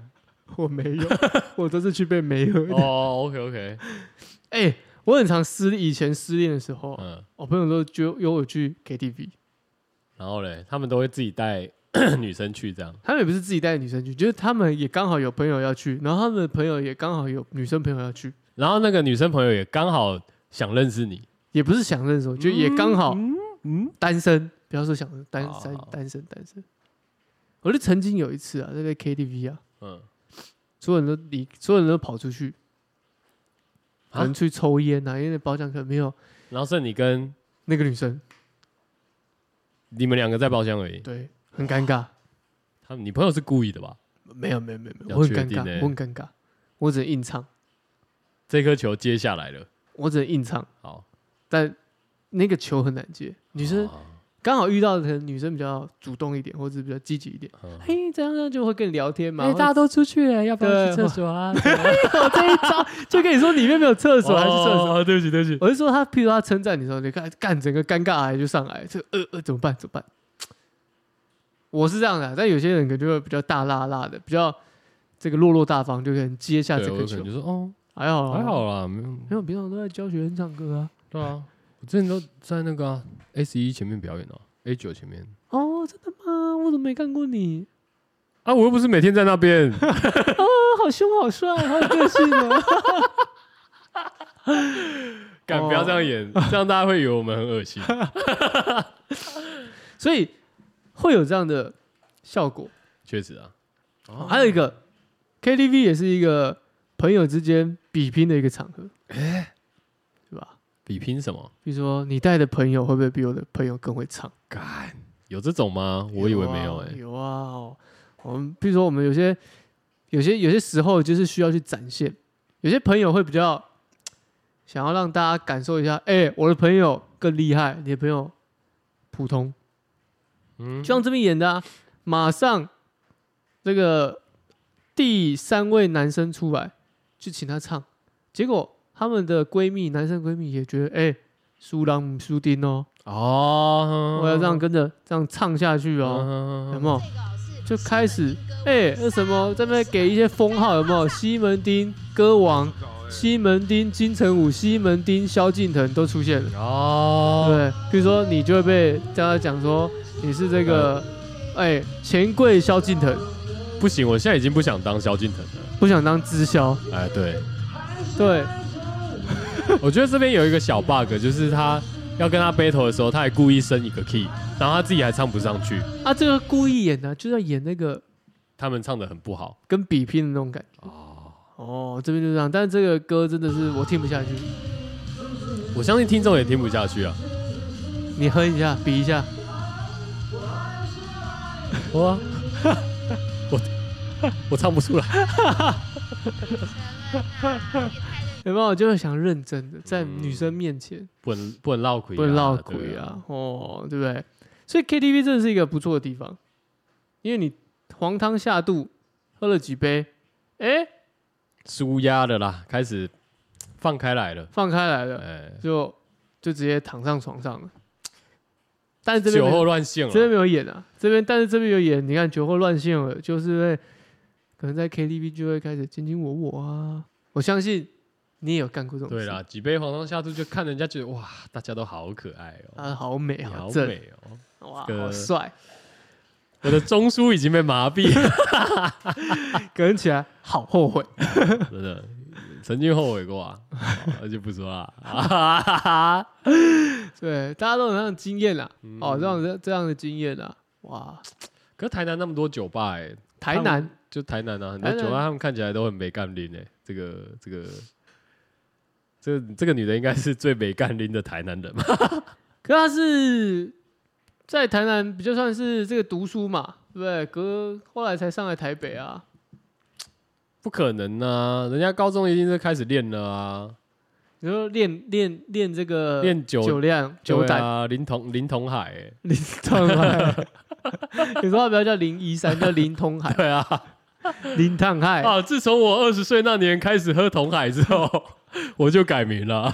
S2: 我没有， 我都是去被没喝的。
S1: 哦，OK OK，
S2: 哎、我很常失恋，以前失恋的时候，
S1: 嗯，
S2: 我朋友都约约我去 KTV，
S1: 然后嘞，他们都会自己带 女生去这样，
S2: 他们也不是自己带女生去，就是他们也刚好有朋友要去，然后他们的朋友也刚好有女生朋友要去，
S1: 然后那个女生朋友也刚好想认识你，
S2: 也不是想认识我，就也刚好
S1: 嗯，哦
S2: 单身，不要说想单
S1: 好
S2: 单
S1: 好
S2: 单身单身。我就曾经有一次啊，在那个 KTV 啊，
S1: 嗯，
S2: 所有人都离，所有人都跑出去，
S1: 啊
S2: 可能去抽烟啊，因为包厢可能没有
S1: 然后剩你跟
S2: 那个女生，
S1: 你们两个在包厢而已，
S2: 对，很尴尬。
S1: 他们你朋友是故意的吧？
S2: 没有没有没有，没有
S1: 要
S2: 我很
S1: 确
S2: 尴
S1: 定
S2: 尬，
S1: 欸
S2: 我很尴尬，我只能硬唱，
S1: 这颗球接下来了，
S2: 我只能硬唱，
S1: 好，
S2: 但那个球很难接。女生
S1: 啊
S2: 刚好遇到的可能女生比较主动一点，或者是比较积极一点，
S1: 嗯
S2: 嘿，这样这样就会跟你聊天嘛。
S1: 哎，
S2: 或
S1: 大家都出去了，要不要去
S2: 对
S1: 厕所啊？
S2: 者我这一招就跟你说里面没有厕所还是厕所，
S1: 所？哦对不起，对 不起。
S2: 我是说他，譬如他称赞你的时候，你看干整个尴尬癌就上来，这个呃呃怎么办？怎么办？我是这样的啊、但有些人可能就会比较大辣辣的，比较这个落落大方，就可能接下
S1: 对，
S2: 这
S1: 我
S2: 个
S1: 可
S2: 球
S1: 能。就说哦，
S2: 还好啊
S1: 还好啦，没有，
S2: 因为我平常都在教学生唱歌啊。
S1: 对啊，我之前都在那个啊 S 一前面表演哦，A 九前面
S2: 哦，真的吗？我怎么没看过你？
S1: 啊，我又不是每天在那 边，
S2: 哦，好凶，好帅，好有个性 哦。
S1: 敢
S2: 哦
S1: 不要这样演，这样大家会以为我们很恶 心。
S2: 所以会有这样的效果。
S1: 确实啊，哦
S2: 还有一个 KTV 也是一个朋友之间比拼的一个场合，对吧？
S1: 比拼什么？
S2: 比如说你带的朋友会不会比我的朋友更会唱？
S1: 干有这种吗？我以为没有
S2: 啊
S1: 哎、
S2: 有啊、哦我们比如说我们有些有些有些时候就是需要去展现，有些朋友会比较想要让大家感受一下，哎、我的朋友更厉害，你的朋友普通，
S1: 嗯
S2: 就像这边演的、啊，马上这个第三位男生出来去请她唱，结果她们的闺蜜男生闺蜜也觉得，哎、苏朗姆苏丁哦，
S1: 哦，
S2: 我要这样跟着这样唱下去哦。有
S1: 哦，
S2: 没有？就开始哎、那什么，在那边给一些封号有没有？西门町歌王、西门町金城武、西门町萧敬腾都出现了，对不
S1: 哦，
S2: 对？比如说你就会被大家讲说你是这个哎、钱柜萧敬腾，
S1: 不行，我现在已经不想当萧敬腾了。
S2: 不想当知萧，
S1: 哎，对，
S2: 对，
S1: 我觉得这边有一个小 bug，就是他要跟他 battle 的时候，他还故意升一个 key，然后他自己还唱不上去，
S2: 啊，这个故意演的、就是要演那个
S1: 他们唱的很不好。
S2: 跟比拼的那种感觉。哦，这边就这样，但是这个歌真的是我听不下去，
S1: 我相信听众也听不下去啊。
S2: 你哼一下，比一下，
S1: 我 我我唱不出来。
S2: 有没有？就会想认真的在女生面前。
S1: 不能嗯不能闹鬼、啊，
S2: 不能闹
S1: 对
S2: 鬼！啊，哦，对不对？所以 KTV 真的是一个不错的地方，因为你黄汤下肚，喝了几杯，哎，
S1: 舒压的啦，开始放开来了，
S2: 放开来
S1: 哎、
S2: 了，就就直接躺上床上了。但是这边
S1: 酒
S2: 没
S1: 后
S2: 有
S1: 乱性
S2: 这边
S1: 了，
S2: 没有演啊，这边但是这边有演，你看酒后乱性了，就是会可能在 KTV 就会开始卿卿我我啊，我相信你也有干过这种
S1: 对
S2: 事，
S1: 啦，几杯黄汤下肚就看人家觉得哇，大家都好可爱哦、
S2: 啊，好美，
S1: 你好
S2: 好正，
S1: 美哦、
S2: 哇，
S1: 这个
S2: 好帅，
S1: 我的中枢已经被麻痹了，
S2: 个人起来好 后悔。
S1: 真的，曾经后悔过啊， 好那就不说啦。啊哈哈
S2: 对，大家都有这样的经验啦，
S1: 嗯
S2: 哦，这样的这样的经验啦，哇，
S1: 可是台南那么多酒吧、哎，
S2: 台
S1: 他
S2: 南
S1: 们就台南啊，很多
S2: 台南
S1: 酒吧他们看起来都很没干拎哎，这个这个。这个这个女的应该是最没干拎的台南人嘛？
S2: 可他是在台南比较算是这个读书嘛，对不对？隔后来才上来台北啊，
S1: 不可能啊！人家高中一定是开始练了啊，
S2: 你说练练练这个
S1: 练酒
S2: 酒量呃酒
S1: 对
S2: 胆
S1: 啊，林同林同海、欸，
S2: 林通海，你说他不要叫林一山，叫林 通海，哦
S1: 对啊，
S2: 林烫海，
S1: 啊！自从我二十岁那年开始喝同海之后， 我就改名了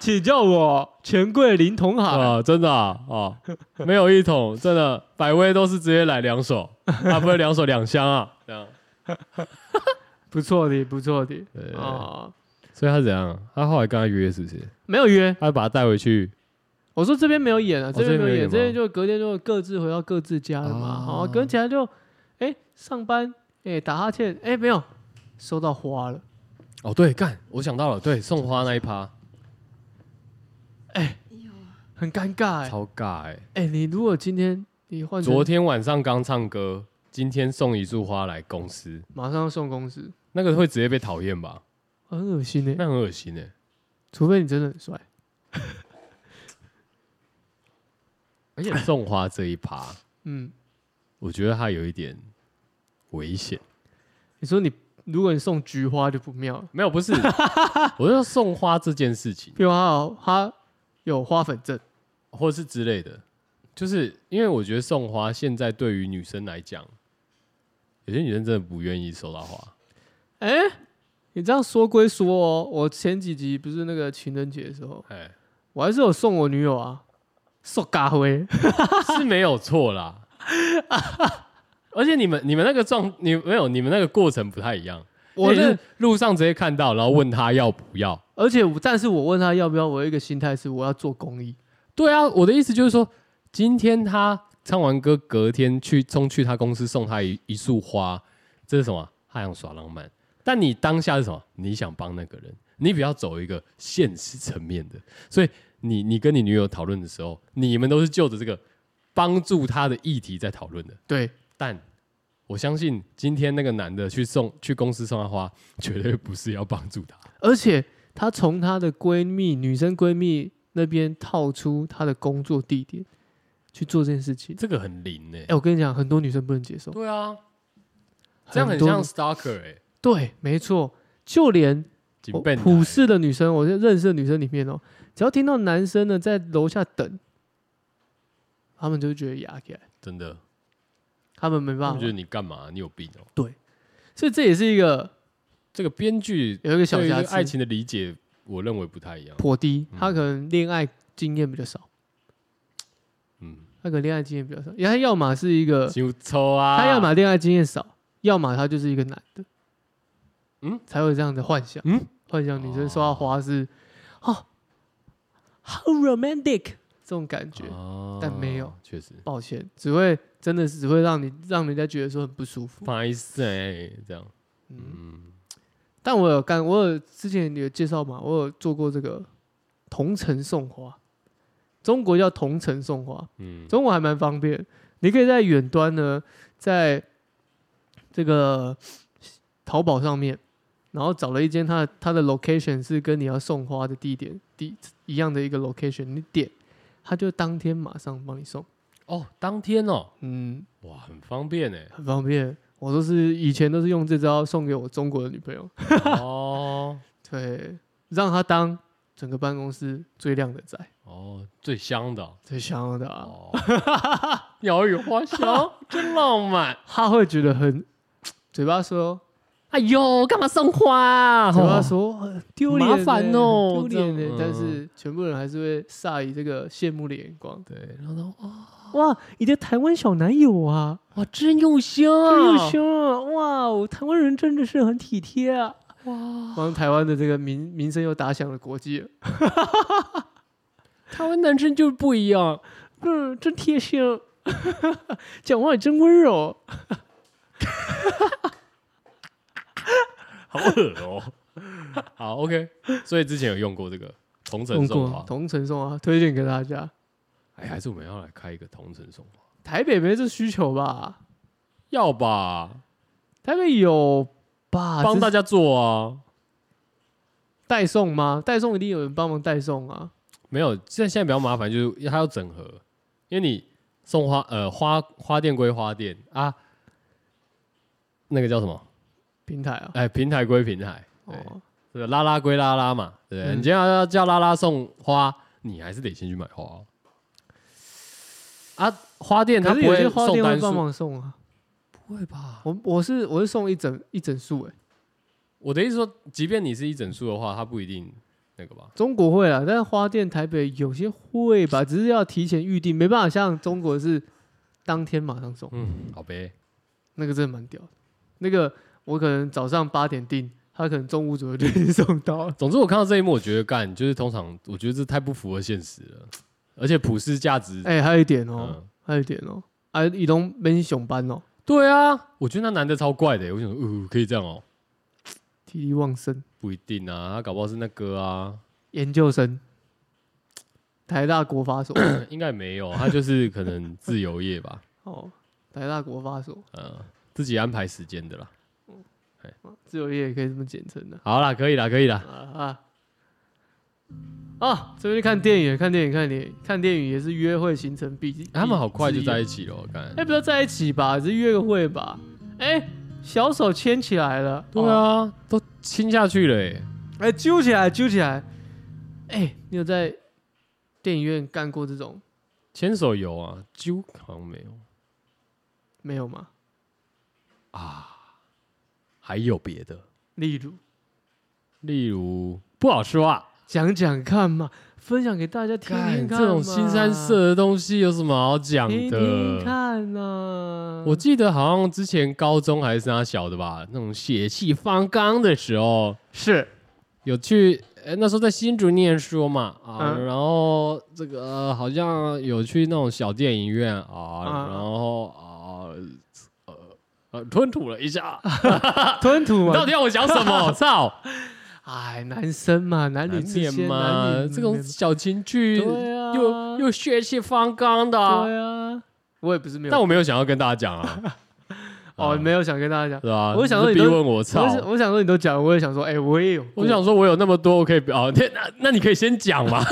S2: 请叫我钱柜林通海，
S1: 啊，真的啊，啊 没有一桶，真的百威都是直接来两手，啊，不是两手两箱啊，这样
S2: 不错的，不错的
S1: 对对对
S2: 啊，
S1: 所以他怎样？他后来跟他约是不是？
S2: 没有约。
S1: 他把他带回去，
S2: 我说这边没有演啊，
S1: 哦
S2: 这边没有演，哦
S1: 这
S2: 这
S1: 边没有演吗
S2: 边就隔天就各自回到各自家了嘛。
S1: 啊
S2: 好，隔天起来就，哎，上班，哎，打哈欠，哎，没有，收到花了，
S1: 哦，对，干，我想到了，对，送花那一趴
S3: 有啊，
S2: 很尴尬哎。
S1: 超尬哎、
S2: 哎，你如果今天你换成
S1: 昨天晚上刚唱歌，今天送一束花来公司，
S2: 马上要送公司，
S1: 那个会直接被讨厌吧？
S2: 很恶心哎。
S1: 那很恶心哎、
S2: 除非你真的很帅，
S1: 而且送花这一趴，
S2: 嗯，
S1: 我觉得他有一点危险。
S2: 你说你如果你送菊花就不妙了，
S1: 没有，不是， 我是说送花这件事情，
S2: 比如他有他有花粉症，
S1: 或是之类的，就是因为我觉得送花现在对于女生来讲，有些女生真的不愿意收到花。
S2: 哎、你这样说归说哦，我前几集不是那个情人节的时候，
S1: 哎，
S2: 我还是有送我女友 啊，送咖啡，
S1: 是没有错啦。而且你们你们那个状，你没有你们那个过程不太一样。
S2: 我
S1: 你是
S2: 是，
S1: 路上直接看到，然后问他要不要。
S2: 而且我但是我问她要不要，我有一个心态是我要做公益，
S1: 对啊，我的意思就是说，今天他唱完歌，隔天去冲去他公司送他一一束花，这是什么？他想耍浪漫。但你当下是什么？你想帮那个人，你比较走一个现实层面的，所以你你跟你女友讨论的时候，你们都是就着这个帮助他的议题在讨论的。
S2: 对，
S1: 但我相信今天那个男的去送去公司送他花，绝对不是要帮助他。
S2: 而且她从她的闺蜜女生闺蜜那边套出她的工作地点去做这件事情，
S1: 这个很灵欸呢、
S2: 哎、我跟你讲，很多女生不能接受，
S1: 对啊，这样很
S2: 多
S1: 像 stalker 哎、
S2: 对，没错，就连
S1: 警
S2: 我
S1: 备啊
S2: 普世的女生，我就认识的女生里面哦，只要听到男生呢在楼下等，他们就会觉得压起来，
S1: 真的，
S2: 他们没
S1: 他
S2: 办
S1: 们觉得
S2: 法。
S1: 你干嘛？你有病哦、
S2: 所以这也是一个
S1: 这个编剧
S2: 有一个小
S1: 对于
S2: 瑕
S1: 这个
S2: 疵，
S1: 爱情的理解，我认为不太一样。
S2: 颇低，他
S1: 嗯
S2: 可能恋爱经验比较少，
S1: 嗯，
S2: 他可能恋爱经验比较少，因为他要么是一个，
S1: 就抽啊，
S2: 他要么恋爱经验少，要么他就是一个男的，
S1: 嗯，
S2: 才会有这样的幻想，
S1: 嗯，
S2: 幻想女生收到花是，哦，how romantic 这种感觉，
S1: 哦
S2: 但没有，
S1: 确实，
S2: 抱歉，只会真的是只会让你让人家觉得说很不舒服。
S1: 不好意思哎，这样，
S2: 嗯，
S1: 嗯，
S2: 但我有干，我有之前有介绍嘛，我有做过这个同城送花，中国叫同城送花，
S1: 嗯
S2: 中国还蛮方便，你可以在远端呢，在这个淘宝上面，然后找了一间它的它的 location 是跟你要送花的地点地一样的一个 location，你点，它就当天马上帮你送，
S1: 哦，当天哦，
S2: 嗯。，
S1: 哇，很方便哎
S2: 很方便。我都是以前都是用这招送给我中国的女朋友，
S1: 哦
S2: 对，让她当整个办公室最靓的仔，
S1: 哦，最香的
S2: 最香的、 啊，
S1: 哦，鸟语 花香，真浪 漫。
S2: 她会觉得很嘴巴说，
S1: 哎呦，干嘛送花啊？
S2: 嘴巴
S1: 哦
S2: 说呃丢脸、
S1: 麻烦哦
S2: 丢脸
S1: 这
S2: 呢
S1: 样。
S2: 但是全部人还是会煞以这个羡慕的眼光。
S1: 对，然后他说
S2: 哇，你的台湾小男友啊，
S1: 哇，真用心啊，
S2: 真优秀啊！哇，我台湾人真的是很体贴啊！
S1: 哇，
S2: 帮台湾的这个民民生又打响了国际了，
S1: 台湾男生就是不一样，
S2: 嗯，真贴心， 讲话也真温柔。
S1: 好恶哦。 好，OK，所以之前有用过这个同城送啊花，
S2: 同城送花推荐给大家。
S1: 哎，还是我们要来开一个同城送花，
S2: 台北没这需求吧？
S1: 要吧？
S2: 台北有吧？
S1: 帮大家
S2: 家
S1: 做啊，
S2: 代送吗？代送一定有人帮忙代送啊。
S1: 没有，现在现在比较麻烦，就是它要整合，因为你送花，呃，花花店归花店啊，那个叫什么？
S2: 平台啊，
S1: 哎，平台归平台，对，
S2: 哦，
S1: 这个拉拉归拉拉嘛，对不对？
S2: 嗯
S1: 你今天要叫拉拉送花，你还是得先去买花哦、啊。花店它
S2: 可
S1: 不
S2: 是有
S1: 会
S2: 些花
S1: 送
S2: 店
S1: 单
S2: 会帮
S1: 数，
S2: 忙送啊。
S1: 不会吧？
S2: 我我是我是送一整一整束哎、
S1: 我的意思说，即便你是一整数的话，它不一定那个吧？
S2: 中国会啊，但是花店台北有些会吧，只是要提前预定，没办法像中国是当天马上送，
S1: 嗯，好呗。
S2: 那个真的蛮屌的。那个我可能早上八点订，他可能中午左右就已经送 到了。
S1: 总之，我看到这一幕，我觉得干就是通常，我觉得这太不符合现实了，而且普世价值，
S2: 哎、还有一点哦、
S1: 嗯，
S2: 还有一点哦、啊，以东闷熊班哦、
S1: 对啊，我觉得那男的超怪的，我想说，呃，可以这样哦、
S2: 体力旺盛，
S1: 不一定啊，他搞不好是那个啊，
S2: 研究生，台大国法所
S1: 应该没有，啊他就是可能自由业吧，
S2: 哦，台大国法所，
S1: 嗯，自己安排时间的啦。
S2: 自由业也可以这么简称的
S1: 好啦，可以啦，可以啦，哎
S2: 啊啊！啊，这边去看电影，看电影，看电影，看电影也是约会行程必
S1: 他们好快就在
S2: 一，
S1: 一起了，我看
S2: 哎、，不要在一起吧，只是约个会吧，哎、小手牵起来了，
S1: 对
S2: 哦，
S1: 啊，都亲下去了欸，
S2: 哎、揪起来，揪起来，哎、你有在电影院干过这种
S1: 牵手有啊，揪好像没有，
S2: 没有吗？
S1: 还有别的，
S2: 例如。
S1: 例如不好说啊。
S2: 讲讲看嘛，分享给大家听
S1: 干
S2: 听看。
S1: 这种新三色，的东西有什么好讲
S2: 听听
S1: 的？
S2: 看呐、
S1: 我记得好像之前高中还是他小的吧，那种血气方刚的时候，
S2: 是
S1: 有去，呃，那时候在新竹念书嘛，啊，
S2: 嗯
S1: 然后这个、呃好像有去那种小电影院啊，
S2: 嗯
S1: 然后啊，呃呃，吞吐了一 下，
S2: 吞吐
S1: 你到
S2: 嘛，
S1: 底要我讲什 么？操，
S2: 哎，男生嘛，男女
S1: 难
S2: 之
S1: 免
S2: 间
S1: 嘛
S2: 男，女
S1: 这种小情趣，
S2: 对啊
S1: 又又血气方刚的啊，
S2: 对啊，我也不是没有，
S1: 但我没有想要跟大家讲啊，
S2: 哦
S1: 啊
S2: 没有想跟大家讲，
S1: 是吧？
S2: 我想说
S1: 你
S2: 你
S1: 逼
S2: 都
S1: 问我操
S2: 我，想我想说你都讲，我也想说，哎、我也有过，
S1: 我想说我有那么多，我可以哦，那那那你可以先讲嘛，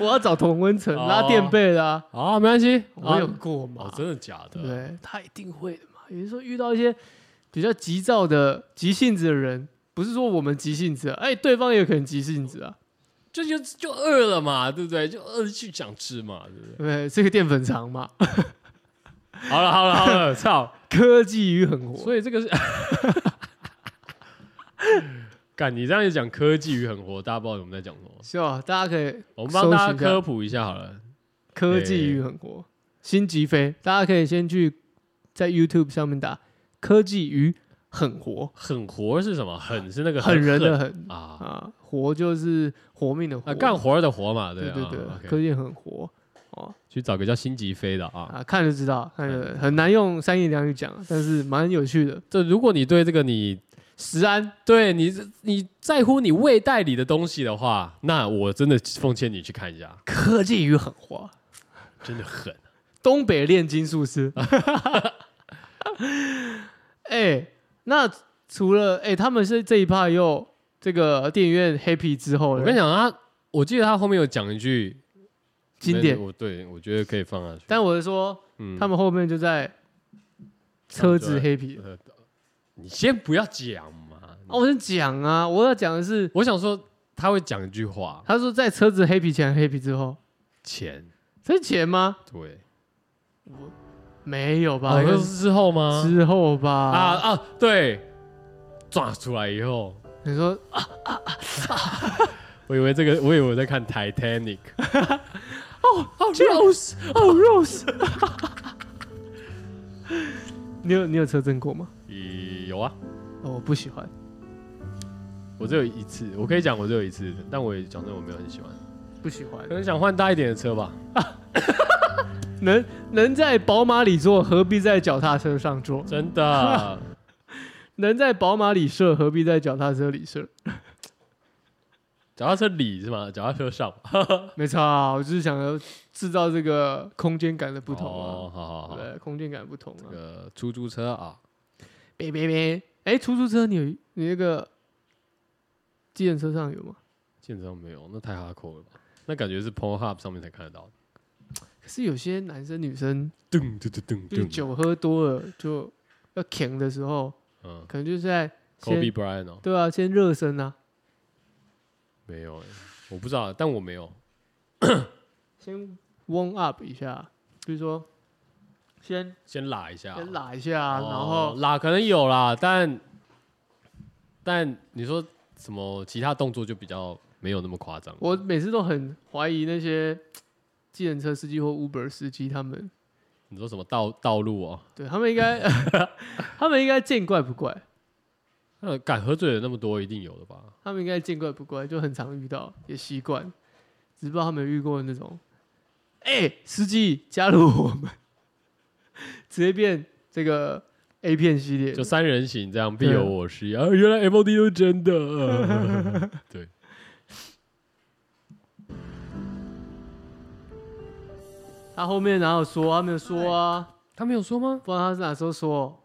S2: 我要找童文成、拉
S1: 哦
S2: 垫背啦、
S1: 好啊，没关 系，
S2: 我有
S1: 啊
S2: 过嘛，
S1: 哦，真的假
S2: 对
S1: 的
S2: 不？对？他一定会的嘛。有的时候遇到一些比较急躁的、急性子的人，不是说我们急性子、啊，哎、对方也有可能急性子啊，
S1: 就就就饿了嘛，对不对？就饿去想吃嘛，对不对
S2: 对？不对？这个淀粉肠嘛，
S1: 好了好了好了， 操！
S2: 科技与狠活，
S1: 所以这个是，干你这样一讲科技与狠活，大家不知道我们在讲什么。
S2: 是吧？大家可以
S1: 我们帮大家
S2: 搜寻一下
S1: 科普一下好了。
S2: 科技与狠活，新吉飞，大家可以先去在 YouTube 上面打“科技与狠活
S1: 狠活是什么？狠是那”，个
S2: 狠人的
S1: 狠
S2: 狠
S1: 啊
S2: 啊，活就是活命的活，
S1: 啊，干活的活嘛，
S2: 对
S1: 啊
S2: 对对，
S1: OK
S2: 科技狠活哦
S1: 去找个叫辛吉飞的啊。
S2: 啊，看就知道，看就知道很难用三言两语讲，但是蛮有趣的。
S1: 这如果你对这个你
S2: 食安
S1: 对你你在乎你胃袋里的东西的话，那我真的奉劝你去看一下，
S2: 科技与狠活，
S1: 真的狠。
S2: 东北炼金术师。 哎、那除了哎、他们是这一趴又这个电影院 happy 之后，
S1: 我跟你讲，他我记得他后面有讲一句
S2: 经典
S1: 那我对我觉得可以放下去。
S2: 但我是说，
S1: 嗯
S2: 他们后面就在车子 happy
S1: 呃你先不要讲嘛。
S2: 啊，我先讲啊，我要讲的是，
S1: 我想说他会讲一句话，
S2: 他说在车子 happy 前 happy 之后，
S1: 钱
S2: 这是前吗？
S1: 对，
S2: 没有吧？
S1: 好
S2: 应该
S1: 像
S2: 哦是
S1: 是之后吗？
S2: 之后吧？
S1: 啊
S2: 啊，
S1: 啊，对，抓出来以后，
S2: 你说
S1: 我以为这个，我以为我在看 Titanic。
S2: 哦 Rose，哦 Rose，你有你有车震过吗？
S1: 咦，有啊，
S2: 哦，我不喜欢。
S1: 我只有一次，我可以讲我只有一次，但我也讲真的我没有很喜欢，
S2: 不喜欢
S1: 可，能想换大一点的车吧。
S2: 能能在宝马里坐，何必在脚踏车上坐？
S1: 真 的，
S2: 能在宝马里射，何必在脚踏车里射？
S1: 脚踏车里是吗？脚踏车上
S2: 没差、啊，我就是想要制造这个空间感的不同啊。
S1: 哦，好好好，
S2: 对，空间感不同
S1: 这
S2: 啊。
S1: 个出租车啊，
S2: 别别别！哎，出租车你有你那个，计程车上有吗？
S1: 基本上没有，那太哈扣了吧？那感觉是 Pornhub 上面才看得到。
S2: 可是有些男生女生
S1: 噔噔噔
S2: 就是
S1: 噔噔，
S2: 酒喝多了就要扛的时候，
S1: 嗯
S2: 可能就是在
S1: ，Kobe
S2: 先
S1: Bryant 哦，
S2: 对啊，先热身啊，
S1: 没有哎，我不知道，但我没有。
S2: 先 warm up 一下，比如说先
S1: 先拉一下，
S2: 先拉一下啊，
S1: 哦
S2: 然后
S1: 拉可能有啦，但但你说什么其他动作就比较没有那么夸张。
S2: 我每次都很怀疑那些计程车司机或 Uber 司机他们
S1: 你说什么道道路哦？
S2: 对他们应该， 他们应该见怪不怪，
S1: 那敢喝醉的那么多，一定有的吧？
S2: 他们应该见怪不怪，就很常遇到，也习惯，只不知道他们有遇过那种，哎、司机加入我们， 直接变这个 A 片系列，
S1: 就三人行这样，必有我师啊！原来 MOD 都是真的， 呃对。
S2: 他后面哪有说啊？他没有说啊，
S1: 他没有说吗？
S2: 不知道他是哪时候说，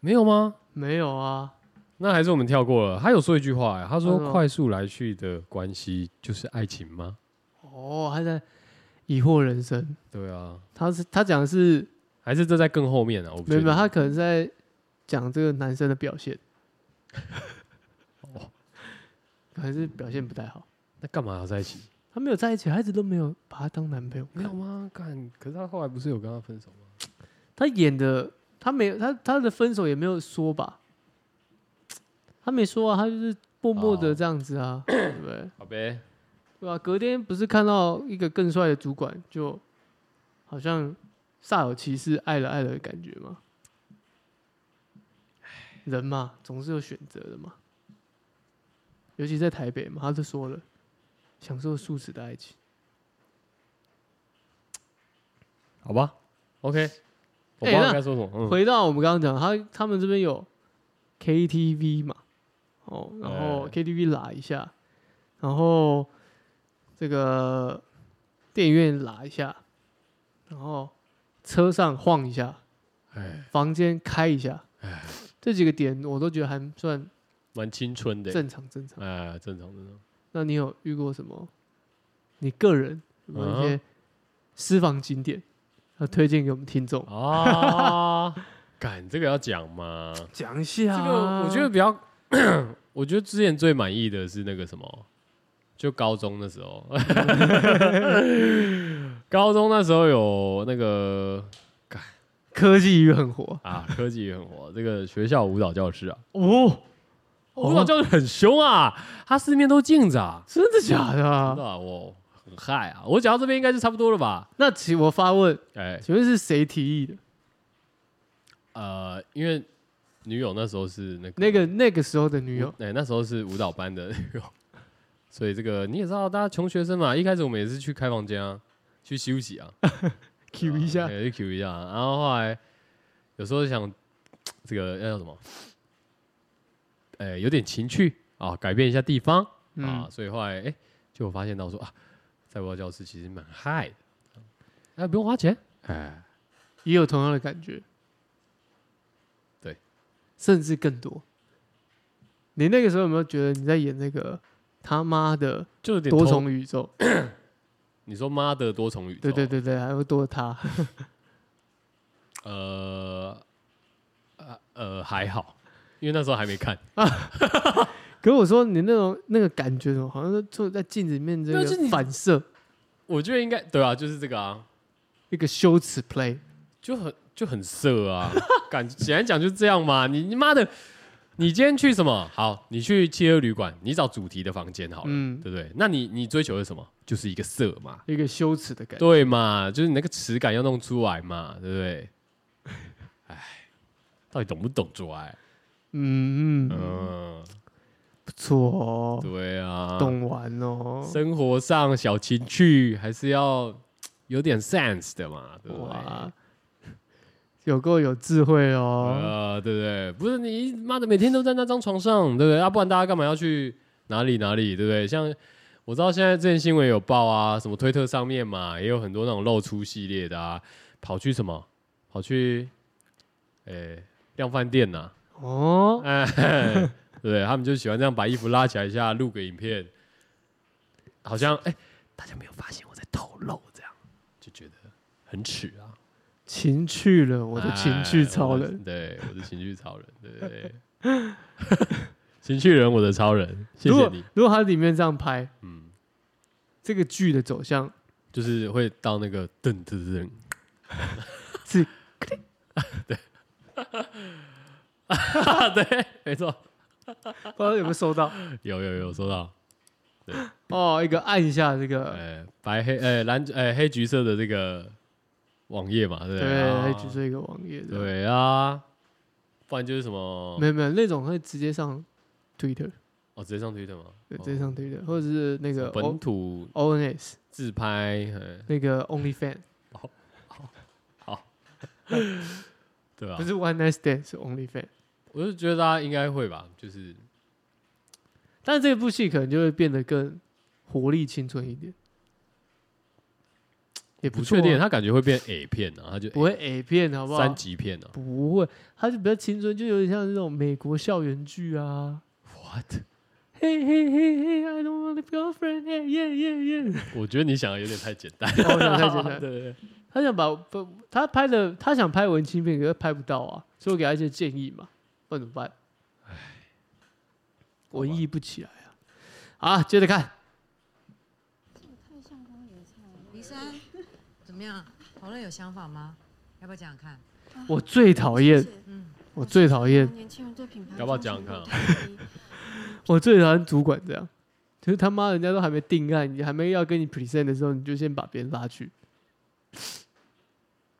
S1: 没有吗？
S2: 没有啊，
S1: 那还是我们跳过了。他有说一句话、哎，他说
S2: 他：“说
S1: 快速来去的关系就是爱情吗
S2: 哦，他在疑惑人生，？”
S1: 对啊，
S2: 他是他讲的是
S1: 还是这在更后面啊？我不
S2: 没有
S1: 确
S2: 没有，
S1: 定
S2: 他可能在讲这个男生的 表现，
S1: 哦
S2: 还是表现不太好。
S1: 那干嘛要在一起？
S2: 他没有在一起，他一直都没有把他当男朋友
S1: 没有啊
S2: 看。
S1: 吗？干，可是他后来不是有跟他分手吗？
S2: 他演的，他没有他他的分手也没有说吧？他没说啊，他就是默默的
S1: 哦
S2: 这样子啊，对不对？
S1: 好呗，
S2: 对啊，隔天不是看到一个更帅的主管，就好像煞有其事爱了爱了的感觉吗？人嘛，总是有选择的嘛。尤其在台北嘛，他就说了，享受素食的爱情。
S1: 好吧，OK。我不
S2: 哎
S1: 知道
S2: 那
S1: 该说什么，嗯
S2: 回到我们刚刚讲，他他们这边有 KTV 嘛，哦，然后
S1: 哎
S2: KTV 拉一下，然后这个电影院拉一下，然后车上晃一下，
S1: 哎，
S2: 房间开一下，这几个点我都觉得还算
S1: 蛮青春的，
S2: 正常正常。
S1: 哎，正常正常。
S2: 那你有遇过什么？你个人有没有一
S1: 嗯
S2: 些私房景点要推荐给我们听众？
S1: 啊，敢这个要讲吗？
S2: 讲一下啊
S1: 这个我觉得比较， 我觉得之前最满意的是那个什么，就高中的时候， 高中那时候有那个
S2: 科技与很火
S1: 啊，科技也很火，这个学校舞蹈教室啊，
S2: 哦，
S1: 舞蹈教室很凶啊，他四面都镜子啊，
S2: 真的假的
S1: 真
S2: 啊？
S1: 的啊我很嗨啊，我讲到这边应该就差不多了吧？
S2: 那请我发问，
S1: 哎，
S2: 请问是谁提议的？
S1: 呃，因为女友那时候是那个
S2: 那个那个时候的女友
S1: 舞，哎、那时候是舞蹈班的女友，所以这个你也知道，大家穷学生嘛，一开始我们也是去开房间啊，去休息啊
S2: Q 一下，
S1: 也是 Q 一下啊，然后后来有时候想这个要叫什么，哎、有点情趣啊，改变一下地方啊，
S2: 嗯，
S1: 所以后来哎、就我发现到说啊，在舞蹈教室其实蛮嗨的，哎、不用花钱，哎、
S2: 也有同样的感觉，
S1: 对，
S2: 甚至更多。你那个时候有没有觉得你在演那个他妈的
S1: 就有点
S2: 多
S1: 偷，
S2: 重宇宙，
S1: 你说妈的多重宇宙，
S2: 对对，对对，还会多他，
S1: 呃，呃呃还好，因为那时候还没看。
S2: 可是我说你那种那个感觉，好像是坐在镜子里面这
S1: 对啊就是
S2: 个
S1: 你
S2: 反射，
S1: 我觉得应该对啊，就是这个啊，
S2: 一个羞耻 play。
S1: 就很就很色啊， 感简单讲就是这样嘛。你你妈的，你今天去什么？好，你去七二旅馆，你找主题的房间好了，
S2: 嗯，
S1: 对不对？那你你追求的是什么？就是一个色嘛，
S2: 一个羞耻的感觉。
S1: 对嘛，就是你那个耻感要弄出来嘛，对不对？哎，到底懂不懂做爱？
S2: 嗯嗯，
S1: 嗯，
S2: 不错哦，
S1: 对啊，
S2: 懂玩哦。
S1: 生活上小情趣还是要有点 sense 的嘛，对不对？
S2: 哇， 有够有智慧哦。
S1: 呃，对不对？不是你妈的每天都在那张床上，对不对？啊要、不然大家干嘛要去哪里哪里，对不对？像我知道现在之前新闻有报啊，什么推特上面嘛，也有很多那种露出系列的啊，跑去什么，跑去，诶，量饭店呐、
S2: 哦，
S1: 哎，对不对？他们就喜欢这样把衣服拉起来一下，录个影片，好像哎，大家没有发现我在透露，这样就觉得很耻啊。
S2: 情趣了，我的情趣超人，
S1: 哎，我的对，我的情绪超人，对对 对，情绪人，我的超人，谢
S2: 如
S1: 谢
S2: 果
S1: 你，
S2: 如果他里面这样拍，
S1: 嗯，
S2: 这个剧的走向
S1: 就是会到那个噔噔噔，
S2: 是
S1: 对，对，没错，啊
S2: 不知道有没有收到？
S1: 有有有收到，
S2: 哦，一个按一下这个，
S1: 呃，白黑呃蓝呃黑橘色的这个网页嘛，对不
S2: 对，
S1: 对
S2: 还只是一个网页这样。
S1: 对啊，不然就是什么
S2: 没有没有那种会直接上 Twitter，
S1: 哦，直接上 Twitter 吗？
S2: 对，
S1: 哦
S2: 直接上哦 Twitter，或者是那个
S1: 本
S2: O
S1: 土
S2: ONS
S1: 自拍，呃
S2: 那个 OnlyFan，
S1: 对吧
S2: 不？是 One Night Stand 是 OnlyFan。
S1: 我就觉得大家应该会吧，就是
S2: 但是这部戏可能就会变得更活力青春一点，也
S1: 不
S2: 错啊
S1: 确定，他感觉会变 A 片啊，他就
S2: 不会 A 片好不好
S1: 三？级片啊
S2: 不会，它就比较青春，就有点像那种美国校园剧啊。
S1: ，what？
S2: Hey hey hey hey, I don't want a girlfriend. Yeah yeah yeah yeah.
S1: 我觉得你想的有点太简单，
S2: 哦我想太简单
S1: 对 对对，
S2: 他想把不，他拍的他想拍文青片，可是拍不到啊，所以我给他一些建议嘛，不然怎么办？
S1: 好吧
S2: 文艺不起来啊！啊，接着看，
S3: 太像光野菜了。
S4: 黎山，怎么样？讨论有想法吗？要不要讲讲看？
S2: 我最讨厌
S3: 谢谢
S4: 嗯，
S2: 我最讨厌，
S3: 年轻人对品牌
S1: 要不要
S3: 忠诚
S1: 讲讲
S3: 度太低
S2: 我最讨厌主管哦这样，就是他妈人家都还没定案，你还没要跟你 present 的时候，你就先把别人拉去。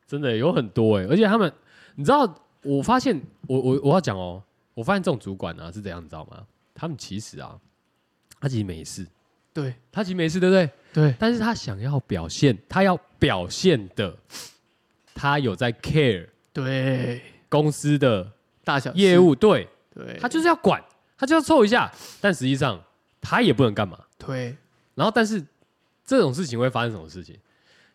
S1: 真的有很多哎、而且他们，你知道，我发现我我我要讲哦、我发现这种主管啊是怎样，你知道吗？他们其实啊，他其实没事，
S2: 对
S1: 他其实没事，对不对？
S2: 对，
S1: 但是他想要表现，他要表现的，他有在 care
S2: 对，
S1: 公司的
S2: 大小事
S1: 业，务，对
S2: 对，
S1: 他就是要管，他就要凑一下，但实际上他也不能干嘛。
S2: 对
S1: 然后，但是这种事情会发生什么事情？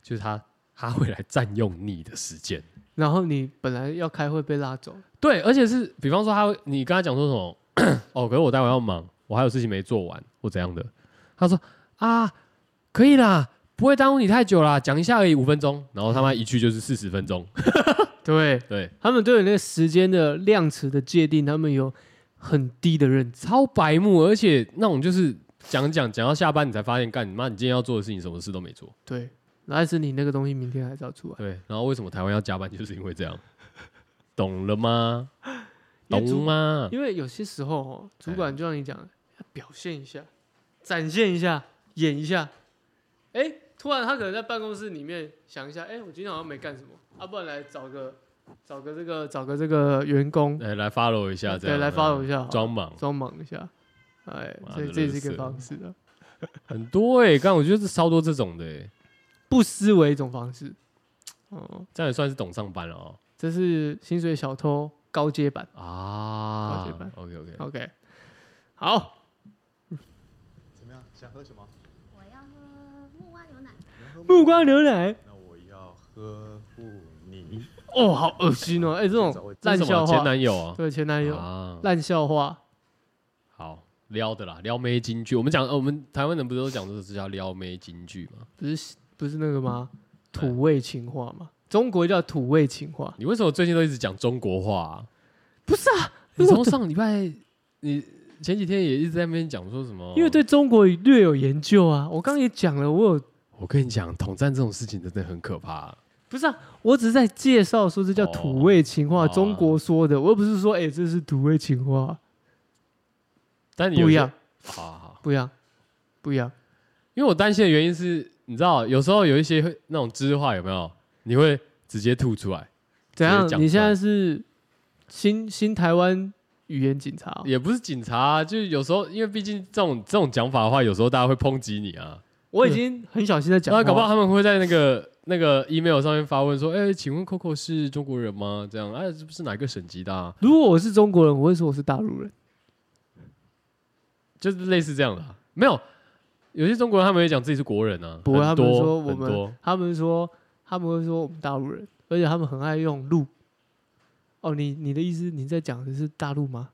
S1: 就是他他会来占用你的时间。
S2: 然后你本来要开会被拉走，
S1: 对，而且是比方说他会，你跟他讲说什么？ 哦，可是我待会要忙，我还有事情没做完，或怎样的？他说啊，可以啦，不会耽误你太久啦，讲一下而已，五分钟。然后他妈一去就是四十分钟，
S2: 对
S1: 对，
S2: 他们对于那个时间的量词的界定，他们有很低的认知。
S1: 超白目，而且那种就是讲讲讲到下班，你才发现，干你妈，你今天要做的事情什么事都没做。
S2: 对，但是你那个东西明天还是要出来。
S1: 对，然后为什么台湾要加班，就是因为这样，懂了吗？
S2: 因为主
S1: 懂吗？
S2: 因为有些时候哦，主管就像你讲，的，要表现一下，展现一下，演一下。哎，突然他可能在办公室里面想一下，哎，我今天好像没干什么，啊，不然来找个找个这个找个这个员工，
S1: 哎，来 follow 一下，这
S2: 对，
S1: 样啊
S2: 来 follow 一下好了，啊
S1: 装忙，
S2: 装忙一下。哎
S1: 妈，
S2: 这
S1: 的
S2: 这
S1: 垃
S2: 是一个
S1: 圾
S2: 方式啊的，
S1: 很多哎，干，我觉得是超多这种的欸，
S2: 不失为一种方式。哦，
S1: 这样也算是懂上班了哦。
S2: 这是薪水小偷高阶版。
S1: 啊
S2: 高阶班
S1: ，OK OK，
S2: OK，好，
S5: 怎么样？想喝什么？
S3: 我要喝木瓜牛奶。
S5: 你要喝
S2: 木
S5: 吗
S2: 瓜牛奶，
S5: 那我要呵护你。
S2: 哦，好恶心 哦！哎，这
S5: 找
S2: 种
S5: 我
S1: 这
S2: 烂
S1: 是什么
S2: 笑
S1: 前
S2: 话，
S1: 男友啊，
S2: 对前男友
S1: 啊，
S2: 烂笑话，
S1: 好撩的啦，撩妹金句，我们讲，呃我们台湾人不是都讲这个是叫撩妹金句吗？
S2: 不是不是那个吗？土味情话嘛，中国叫土味情话，
S1: 你为什么最近都一直讲中国话啊？
S2: 不是啊？
S1: 你
S2: 因为
S1: 从
S2: 我对
S1: 上礼拜，你前几天也一直在那边讲说什么？
S2: 因为对中国语略有研究啊。我刚刚也讲了，我有
S1: 我跟你讲，统战这种事情真的很可怕、
S2: 不是啊？我只是在介绍说这叫
S1: 哦
S2: 土味情话，
S1: 哦
S2: 中国说的，我又不是说哎这是土味情话，
S1: 但你有
S2: 不一
S1: 些
S2: 样，，
S1: 好好好，
S2: 不一样，不一样。
S1: 因为我担心的原因是，你知道，有时候有一些会那种知话有没有？你会直接吐出来，
S2: 怎样
S1: 直接？讲
S2: 你
S1: 出
S2: 现
S1: 来
S2: 在是新新台湾语言警察哦、
S1: 也不是警察、啊，就是有时候，因为毕竟这种这种讲法的话，有时候大家会抨击你啊。
S2: 我已经很小心在讲
S1: 那
S2: 话，
S1: 搞不好他们会在那个那个 email 上面发问说：“哎、请问 Coco 是中国人吗？”这样，哎、这不是哪个省级的、啊？
S2: 如果我是中国人，我会说我是大陆人。
S1: 就是类似这样的啊、没有，有些中国人他们也讲自己是国人啊，
S2: 不会，他
S1: 很
S2: 们
S1: 多
S2: 说我
S1: 很多
S2: 们，他们说他们会说我们大陆人，而且他们很爱用“陆”。哦，你你的意思你在讲的是大陆吗？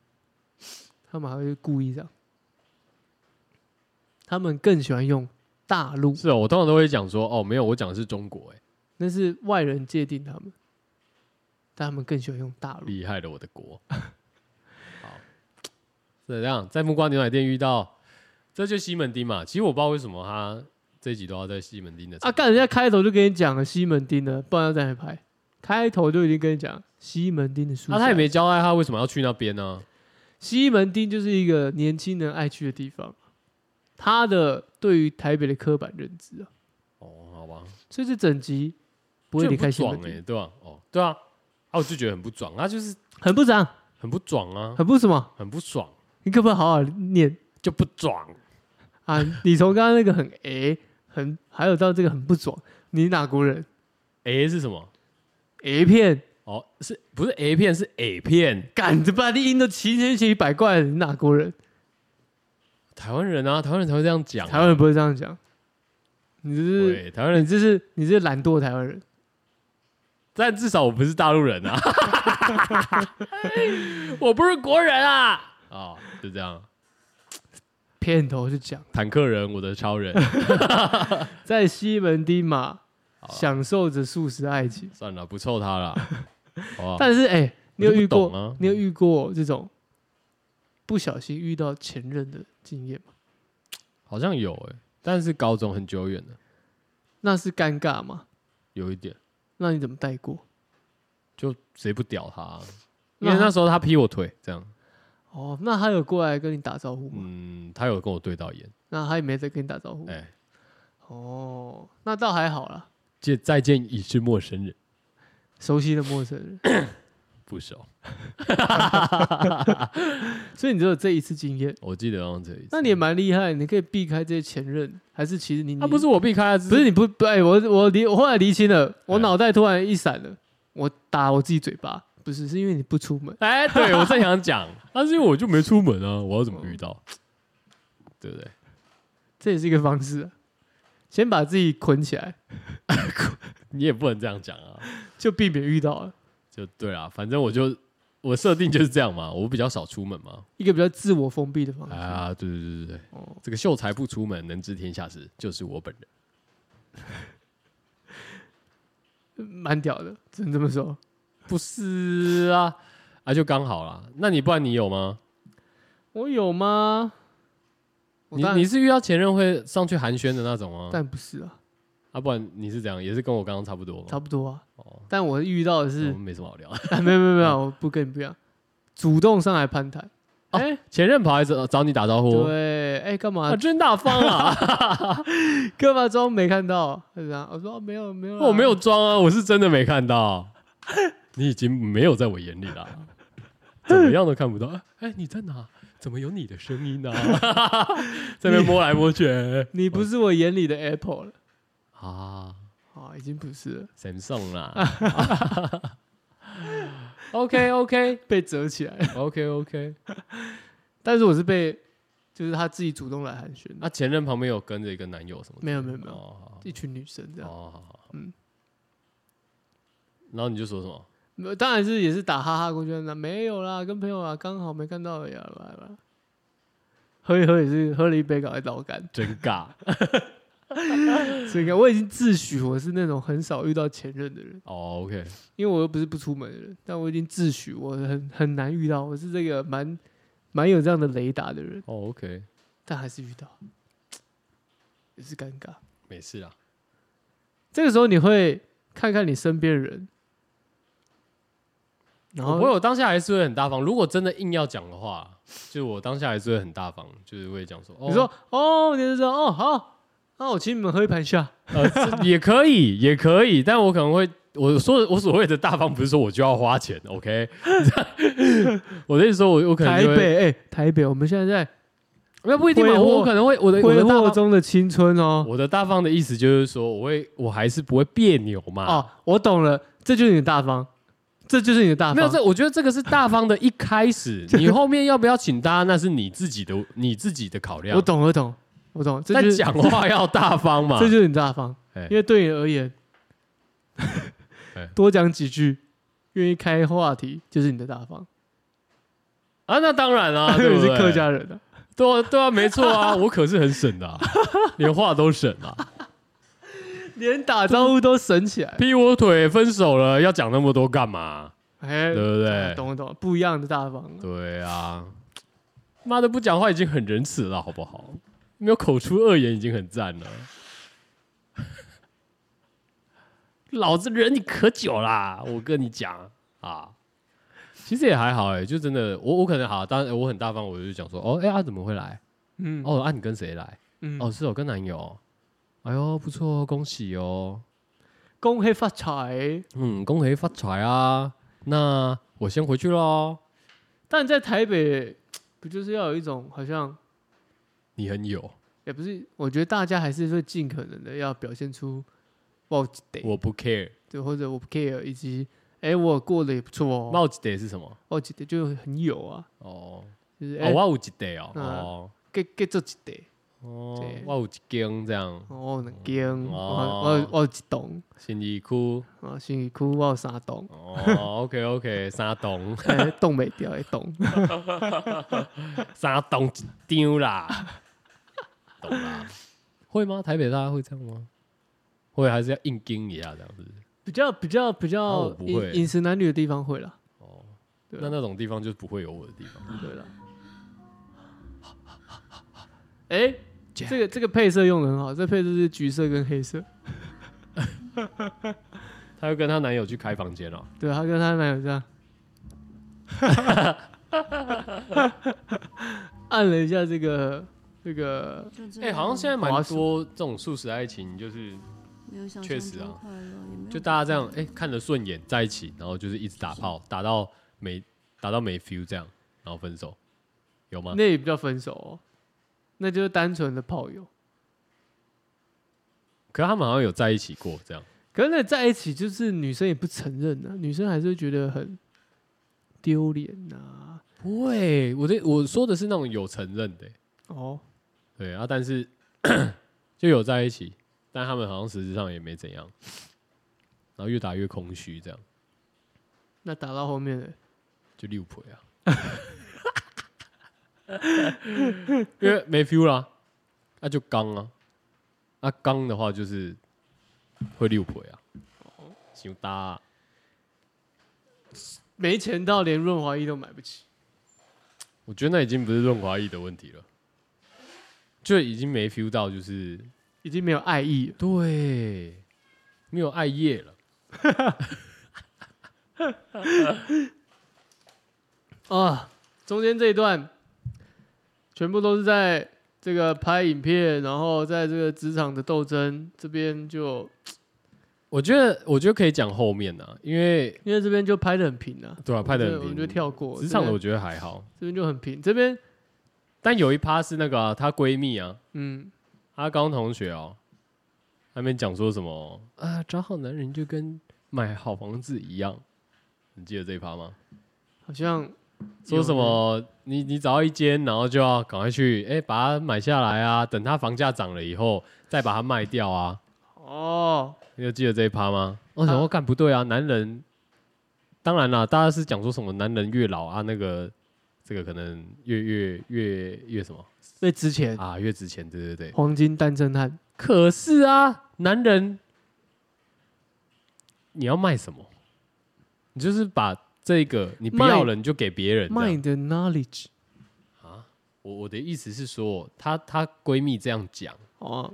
S2: 他们还会故意这样，他们更喜欢用大陆，
S1: 是哦，我通常都会讲说：“哦，没有，我讲的是中国、哎，
S2: 那是外人界定他们，但他们更喜欢用大陆。
S1: 厉害了我的国。 好，是这样，在木瓜牛奶店遇到，这就西门町嘛。其实我不知道为什么他这一集都要在西门町的
S2: 啊，干！人家开头就跟你讲了西门町的，不然要在哪里拍？开头就已经跟你讲西门町的书。
S1: 啊那他也没交代他啊为什么要去那边呢、
S2: 西门町就是一个年轻人爱去的地方，他的对于台北的刻板认知啊，
S1: 哦，好吧，
S2: 所以这整集不
S1: 就
S2: 会
S1: 很
S2: 离开新
S1: 爽
S2: 闻
S1: 哎、
S2: 点，
S1: 对吧、哦，对啊，啊，我就觉得很不爽，他就是
S2: 很不爽，
S1: 很不爽啊，
S2: 很不什么，
S1: 很不爽，
S2: 你可不可以好好念
S1: 就不爽。
S2: 啊？你从刚刚那个很诶、很，还有到这个很不爽，你哪国人？
S1: A 是什么？
S2: A 片，
S1: 哦，是不是 A 片是 A 片？
S2: 干这把你音都七千奇百怪，你哪国人？
S1: 台湾人啊，台湾人才会这样讲啊、
S2: 台湾人不会这样讲，你这是
S1: 对台湾
S2: 你
S1: 人，
S2: 这是你这是懒惰的台湾人，
S1: 但至少我不是大陆人 啊，我不是国人啊，啊、哦，就这样。
S2: 片头就讲
S1: 坦克人，我的超人，
S2: 在西门町嘛，
S1: 好啊
S2: 享受着素食爱情。
S1: 算了，不凑他了，好不好
S2: 但是哎、你有遇
S1: 我就不懂
S2: 过
S1: 啊
S2: 你有遇过这种不小心遇到前任的经验吗？
S1: 好像有哎、但是高中很久远了，
S2: 那是尴尬吗？
S1: 有一点，
S2: 那你怎么带过？
S1: 就谁不屌他啊、因
S2: 那
S1: 为那
S2: 他
S1: 时候他劈我腿，这样，
S2: 哦，那他有过来跟你打招呼吗？
S1: 嗯，他有跟我对到眼，
S2: 那他也没再跟你打招呼。
S1: 哎、
S2: 哦，那倒还好啦，
S1: 见再见已是陌生人，
S2: 熟悉的陌 生人。
S1: 不熟。
S2: 所以你只有这一次经验，
S1: 我记得好像这一次，
S2: 那你也蛮厉害，你可以避开这些前任，还是其实你
S1: 他、啊不是我避开的，
S2: 不是你不不哎、我我离我后来厘清了，我
S1: 哎
S2: 脑袋突然一闪了，我打我自己嘴巴，不是是因为你不出门。
S1: 哎、对我正想讲， 但是因为我就没出门啊，我要怎么遇到？对不对？
S2: 这也是一个方式、啊，先把自己捆起来，
S1: 你也不能这样讲啊。
S2: 就避免遇到了
S1: 就对啊，反正我就我设定就是这样嘛，我比较少出门嘛。
S2: 一个比较自我封闭的方式。
S1: 啊，对对对对对，
S2: 哦，
S1: 这个秀才不出门，能知天下事，就是我本人。
S2: 蛮屌的，只能这么说。
S1: 不是啊，啊就刚好啦。那你不然你有吗？
S2: 我有吗？我
S1: 你
S2: 当然
S1: 你是遇到前任会上去寒暄的那种吗？
S2: 但不是啊，
S1: 啊，不然你是怎样？也是跟我刚刚差不多吗？
S2: 差不多啊。
S1: 哦，
S2: 但我遇到的
S1: 我
S2: 是
S1: 们，没什么好聊。
S2: 啊、没有没有没
S1: 哎
S2: 有，我不跟你不一样，主动上来攀谈。
S1: 哦
S2: 哎、
S1: 前任跑来找找你打招呼，
S2: 对，哎、干
S1: 啊，
S2: 嘛
S1: 真大方啊！
S2: 干嘛装没看到？他就这样，我说、哦没有没有啦，
S1: 我没有装啊，我是真的没看到。 你已经没有在我眼里啦，怎么样都看不到。哎、你在哪？怎么有你的声音呢、 在那边摸来摸去
S2: 你不是我眼里的 Apple 了
S1: 啊
S2: 啊，已经不是了，
S1: ，Samsung 啦。OK OK
S2: 被折起来了。
S1: OK OK。
S2: 但是我是被，就是他自己主动来寒暄的
S1: 那、，前任旁边有跟着一个男友什么的？
S2: 没有没有没有
S1: 哦，
S2: 一群女生这
S1: 好
S2: 样。
S1: 好好好，嗯
S2: 嗯。
S1: 然后你就说什么？
S2: 没有当然是也是打哈哈过去的，那没有啦，跟朋友啊，刚好没看到而已啊，来吧。喝一喝也是喝了一杯，搞来老干。
S1: 真尬
S2: 所以你看，我已经自诩我是那种很少遇到前任的人，
S1: 哦，OK、o k
S2: 因为我又不是不出门的人，但我已经自诩我很很难遇到，我是这个蛮蛮有这样的雷达的人，
S1: 哦、o k
S2: 但还是遇到，也是尴尬。
S1: 没事啦。
S2: 这个时候你会看看你身边的人，然后
S1: 我我有当下还是会很大方。如果真的硬要讲的话，就是我当下还是会很大方，就是会讲说，哦、
S2: 你说哦，你就说哦好，那我请你们喝一盘下，
S1: 呃这也可以，也可以，但我可能会我说的我所谓的大方，不是说我就要花钱，OK？我的意思说我我可能
S2: 台
S1: 就会
S2: 北哎、台北，我们现在
S1: 那不一定嘛，
S2: 挥霍
S1: 我可能会我的
S2: 在
S1: 我
S2: 挥
S1: 的大
S2: 霍
S1: 方
S2: 中的青春哦。
S1: 我的大方的意思就是说，我会我还是不会别扭嘛。
S2: 哦，我懂了，这就是你的大方，这就是你的哦大方。
S1: 没有这，我觉得这个是大方的一开 始，你后面要不要请大家，那是你自己的你自己的考量。
S2: 我，懂，我懂，我懂，这
S1: 但
S2: 就是
S1: 讲话要大方嘛。
S2: 这就是你的大方
S1: 哎，
S2: 因为对你而言
S1: 哎，
S2: 多讲几句，愿意开话题就是你的大方，
S1: 啊，那当然 啦、
S2: 因
S1: 对
S2: 为
S1: 不
S2: 你是
S1: 对？
S2: 客家人啊。
S1: 对啊，对啊，没错 啊，我可是很省的、啊，连话都省啊。
S2: 连打招呼都省起来，
S1: 劈我腿，分手了，要讲那么多干嘛？
S2: 哎，
S1: 对不对？
S2: 懂懂，不一样的大方啊。
S1: 对啊，妈的，不讲话已经很仁慈了，好不好？没有口出恶言已经很赞了。 老子忍你可久啦，我跟你讲啊，其实也还好哎、就真的我我可能好，当然我很大方，我就讲说哦，哎、啊怎么会来？
S2: 嗯，
S1: 哦，啊你跟谁来？
S2: 嗯，
S1: 哦，是哦，跟男友哦。哎呦，不错哦，恭喜哦。
S2: 恭喜发财。
S1: 嗯，恭喜发财啊！那我先回去喽。
S2: 但在台北，不就是要有一种好像
S1: 你很有，
S2: 也不是？我觉得大家还是会尽可能的要表现出我有得，
S1: 我不 care。
S2: 对，或者我不 care，以及哎、我过得也不错哦，
S1: 帽子得是什么？
S2: 我几得就很有啊，
S1: 哦，
S2: 就是
S1: 哦
S2: 哎、
S1: 我有一得哦。
S2: 嗯
S1: 哦，
S2: get get 做几得，
S1: 哦
S2: 对，
S1: 我有一间这样，
S2: 我能惊，我
S1: 哦
S2: 我有我有一栋
S1: 新义区。
S2: 啊，新义区我有三栋，
S1: 哦，OK OK，三栋，
S2: 哎，栋没掉一栋，
S1: 三栋一张啦， 懂啦？会吗？台北大家会这样吗？会还是要硬盯一下这样子？
S2: 比较比较比
S1: 啊
S2: 较
S1: 我不会
S2: 饮饮食男女的地方会啦，
S1: 哦，
S2: 对啊
S1: 那
S2: 啦
S1: 那种地方就不会有我的地方。
S2: 对了。哎，这个这个配色用的很好，这配色是橘色跟黑色。
S1: 她又跟她男友去开房间哦了、
S2: 对，她跟她男友这样，按了一下这个这个，
S3: 就这
S1: 哎、好像现在
S3: 在
S1: 蛮多这种素食爱情，就是
S3: 没有想
S1: 确
S3: 象
S1: 实
S3: 中
S1: 啊
S3: 快乐，也没有
S1: 就大家这样，哎、看着顺眼在一起，然后就是一直打炮，打到没打到没 feel 这样，然后分手，有吗？
S2: 那也不叫分手哦，那就是单纯的炮友。
S1: 可是他们好像有在一起过这样。
S2: 可是那在一起，就是女生也不承认啊，女生还是会觉得很丢脸呐。
S1: 不会，我的我说的是那种有承认的、
S2: 哦，
S1: 对啊，但 是就有在一起，但他们好像实质上也没怎样，然后越打越空虚，这样
S2: 那打到后面的，
S1: 就六婆啊，因为没 feel 啦，那、就刚啊，那、刚的话就是会六婆啊，行搭啊、
S2: 没钱到连润滑液都买不起。
S1: 我觉得那已经不是润滑液的问题了，就已经没 feel 到，就是
S2: 已经没有爱意了，
S1: 对，没有艾叶了。
S2: 啊，中间这一段全部都是在这个拍影片，然后在这个职场的斗争这边就，
S1: 我觉得，我觉得可以讲后面啊，因为
S2: 因为这边就拍的很平啊，
S1: 对啊，拍的
S2: 我
S1: 很
S2: 们
S1: 平，
S2: 就跳过
S1: 职场的，
S2: 这
S1: 我
S2: 边
S1: 觉得还好，
S2: 这边就很平，这边
S1: 但有一趴是那个啊她、闺蜜啊，
S2: 嗯，
S1: 阿刚同学哦，那边讲说什么啊，找好男人就跟买好房子一样，你记得这一趴吗？
S2: 好像
S1: 说什么你你找到一间，然后就要赶快去哎、把它买下来啊，等它房价涨了以后再把它卖掉啊，
S2: 哦，
S1: 你有记得这一趴吗？我想说干不对啊，男人，当然啦，大家是讲说什么男人越老啊，那个这个可能越越越越什么
S2: 那之前
S1: 啊，越值钱，对对对。
S2: 黄金单身汉，
S1: 可是啊，男人你要卖什么？你就是把这个你不要了，你就给别人这样。
S2: 卖你的 knowledge
S1: 我我的意思是说，她她闺蜜这样讲，
S2: 哦，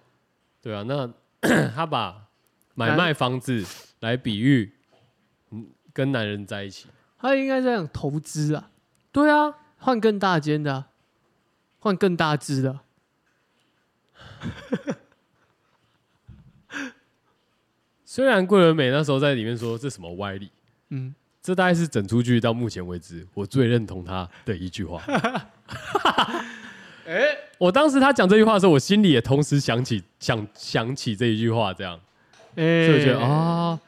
S1: 对啊，那 她把买
S2: 男
S1: 卖房子来比喻，嗯，跟男人在一起。
S2: 他应该在讲投资啊，
S1: 对啊，
S2: 换更大间的啊、换更大只的啊、
S1: 虽然桂纶镁那时候在里面说这什么歪理，
S2: 嗯，
S1: 这大概是整出剧到目前为止我最认同他的一 句话。哎、我当时他讲这句话的时候，我心里也同时想起想想起这一句话，这样，
S2: 哎
S1: 所以我觉得啊、哦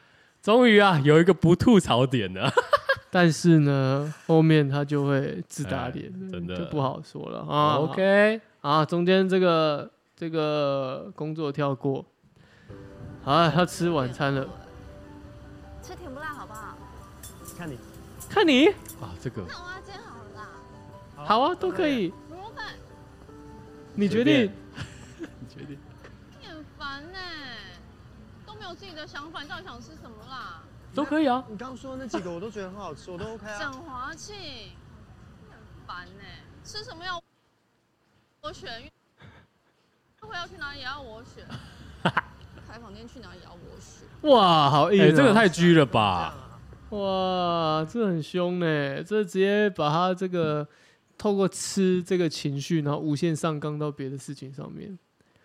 S1: 终于啊有一个不吐槽点了。
S2: 但是呢，后面他就会自打
S1: 哎
S2: 脸了，
S1: 真的哦
S2: 就不好说了啊。
S1: OK，
S2: 啊，中间这个这个工作跳过，啊，他吃晚餐了，
S3: 吃甜不辣好不好？
S5: 看你
S2: 看你
S1: 啊，这个
S3: 看蛙煎好了啦，
S2: 好啊，都可以，
S3: 卤肉饭
S2: 你决
S1: 随
S2: 定
S1: 便。你决定
S3: 你很烦呢、都没有自己的想法，你到底想吃什么啦？
S2: 都可以啊。
S5: 你刚说的那几个我都觉得很好吃，我都 OK 啊。
S3: 讲滑气，你很烦呢、吃什么要我选，约会要去哪里也要我选，开房间去哪里也要我选。
S2: 哇，好硬、
S1: 哎、
S2: 啊
S1: 这个太
S5: 虚
S1: 拘了
S5: 啊
S1: 吧？
S2: 哇，这很凶呢，这直接把他这个透过吃这个情绪，然后无限上纲到别的事情上面，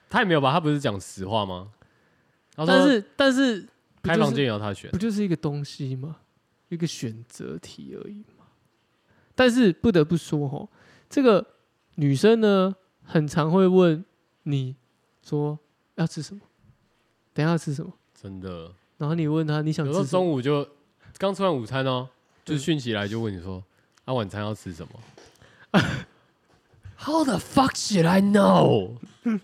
S1: 他也没有吧？他不是讲实话吗？他说
S2: 但是但是不
S1: 开
S2: 就
S1: 房
S2: 是
S1: 间也要他选
S2: 不，就是一个东西吗？一个选择题而已嘛。但是不得不说哦，这个女生呢，很常会问你说要吃什么，等一下要吃什么，
S1: 真的。
S2: 然后你问她你想
S1: 有时候
S2: 吃什么，
S1: 中午就刚吃完午餐哦，就是讯息来就问你说，啊晚餐要吃什么 ？How the fuck should I know？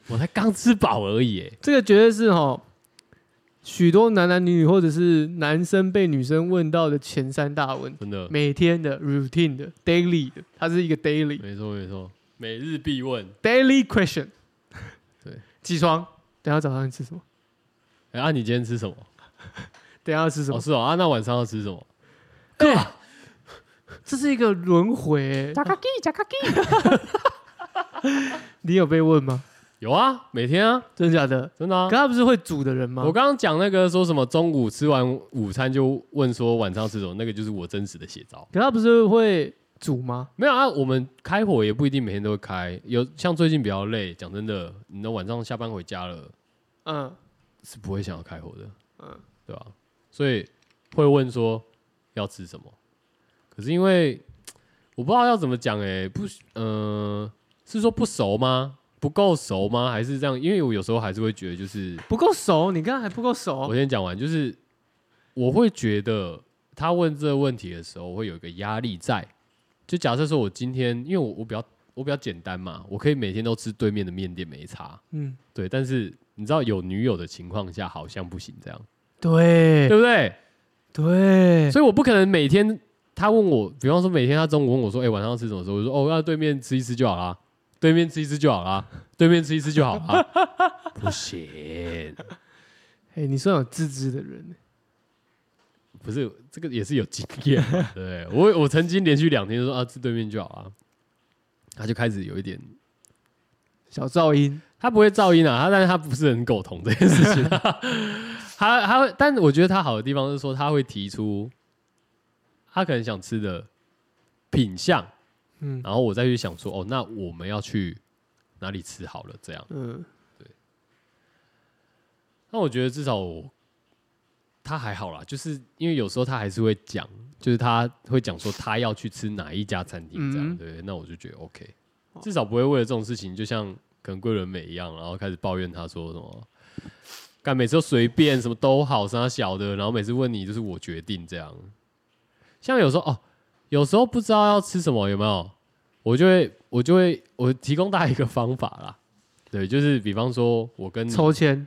S1: 我才刚吃饱而已耶，
S2: 这个绝对是哦，许多男男女女或者是男生被女生问到的前三大问题，
S1: 真的，
S2: 每天的 routine 的 daily 的，它是一个 daily
S1: 没错没错，每日必问。
S2: daily question。
S1: 对，
S2: 起床，等一下早上吃什么？
S1: 哎，啊你今天吃什么？
S2: 等一下要吃什么
S1: 哦？是哦，啊那晚上要吃什么？
S2: 对，这是一个轮回欸。 你有被问吗？
S1: 有啊，每天啊，
S2: 真的假的？
S1: 真的啊
S2: 可。他不是会煮的人吗
S1: 我？刚刚讲那个说什么中午吃完午餐就问说晚上吃什么，那个就是我真实的写照。
S2: 可他不是会煮吗？
S1: 没有啊，我们开火也不一定每天都会开，有像最近比较累，讲真的，你那晚上下班回家了
S2: 嗯，
S1: 是不会想要开火的，
S2: 嗯
S1: 嗯，对吧、所以会问说要吃什么，可是因为我不知道要怎么讲，哎，不，呃，是说不熟吗？不够熟吗？还是这样？因为我有时候还是会觉得，就是
S2: 不够熟，你刚刚还不够
S1: 我
S2: 熟。
S1: 先讲完，就是我会觉得他问这个问题的时候，我会有一个压力在。就假设说我今天，因为我我比较我比较简单嘛，我可以每天都吃对面的面店没差，
S2: 嗯，
S1: 对。但是你知道有女友的情况下，好像不行这样，
S2: 对
S1: 对不对？
S2: 对，
S1: 所以我不可能每天他问我，比方说每天他中午问我说，哎、晚上要吃什么时候？我说哦，要对面吃一吃就好啦，对面吃一吃就好啦，对面吃一吃就好啦，不行。
S2: 哎，你算有自知的人欸。
S1: 不是这个也是有经验嘛，对我我曾经连续两天就说啊吃对面就好啊，他就开始有一点，
S2: 小噪音，
S1: 他不会噪音啊，他但是他不是很苟同这件事情、啊 他他会，但我觉得他好的地方是说他会提出他可能想吃的品相，
S2: 嗯
S1: 然后我再去想说哦，那我们要去哪里吃好了这样。
S2: 嗯，
S1: 那我觉得至少我他还好啦，就是因为有时候他还是会讲，就是他会讲说他要去吃哪一家餐厅这样，
S2: 嗯
S1: 对，那我就觉得 OK，至少不会为了这种事情，就像可能桂纶镁一样，然后开始抱怨他说什么，干每次都随便什么都好，啥小的，然后每次问你就是我决定这样，像有时候哦，有时候不知道要吃什么有没有，我就会我就会我提供大家一个方法啦。对，就是比方说，我跟你
S2: 抽签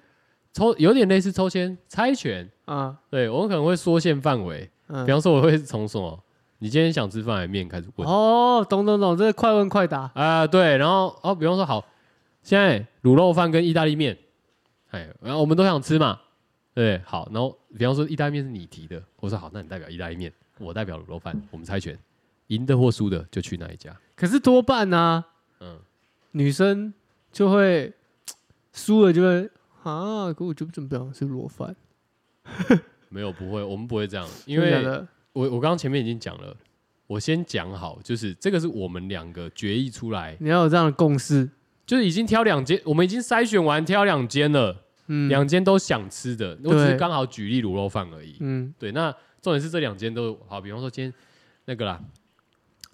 S1: 抽有点类似抽签猜拳，
S2: 啊，
S1: 对我可能会缩限范围，
S2: 嗯
S1: 比，方说我会从什么，你今天想吃饭还面开始问啊、
S2: 哦，懂懂懂，这是快问快答，
S1: 对，然后哦，比方说好，现在卤肉饭跟意大利面，哎，然后我们都想吃嘛，对，好，然后比方说意大利面是你提的，我说好，那你代表意大利面，我代表卤肉饭，我们猜拳，赢的或输的就去哪一家，
S2: 可是多半呢，
S1: 嗯，
S2: 女生就会输了就会啊，可我就准备想吃螺饭，
S1: 没有不会，我们不会这样，因
S2: 真的
S1: 为
S2: 假的
S1: 我我刚刚前面已经讲了。我先讲好，就是这个是我们两个决议出来，
S2: 你要有这样的共识，
S1: 就是已经挑两间，我们已经筛选完挑两间了，
S2: 嗯，
S1: 两间都想吃的，我只
S2: 对
S1: 是刚好举例卤肉饭而已。
S2: 嗯
S1: 对，那重点是这两间都好，比方说今天那个啦，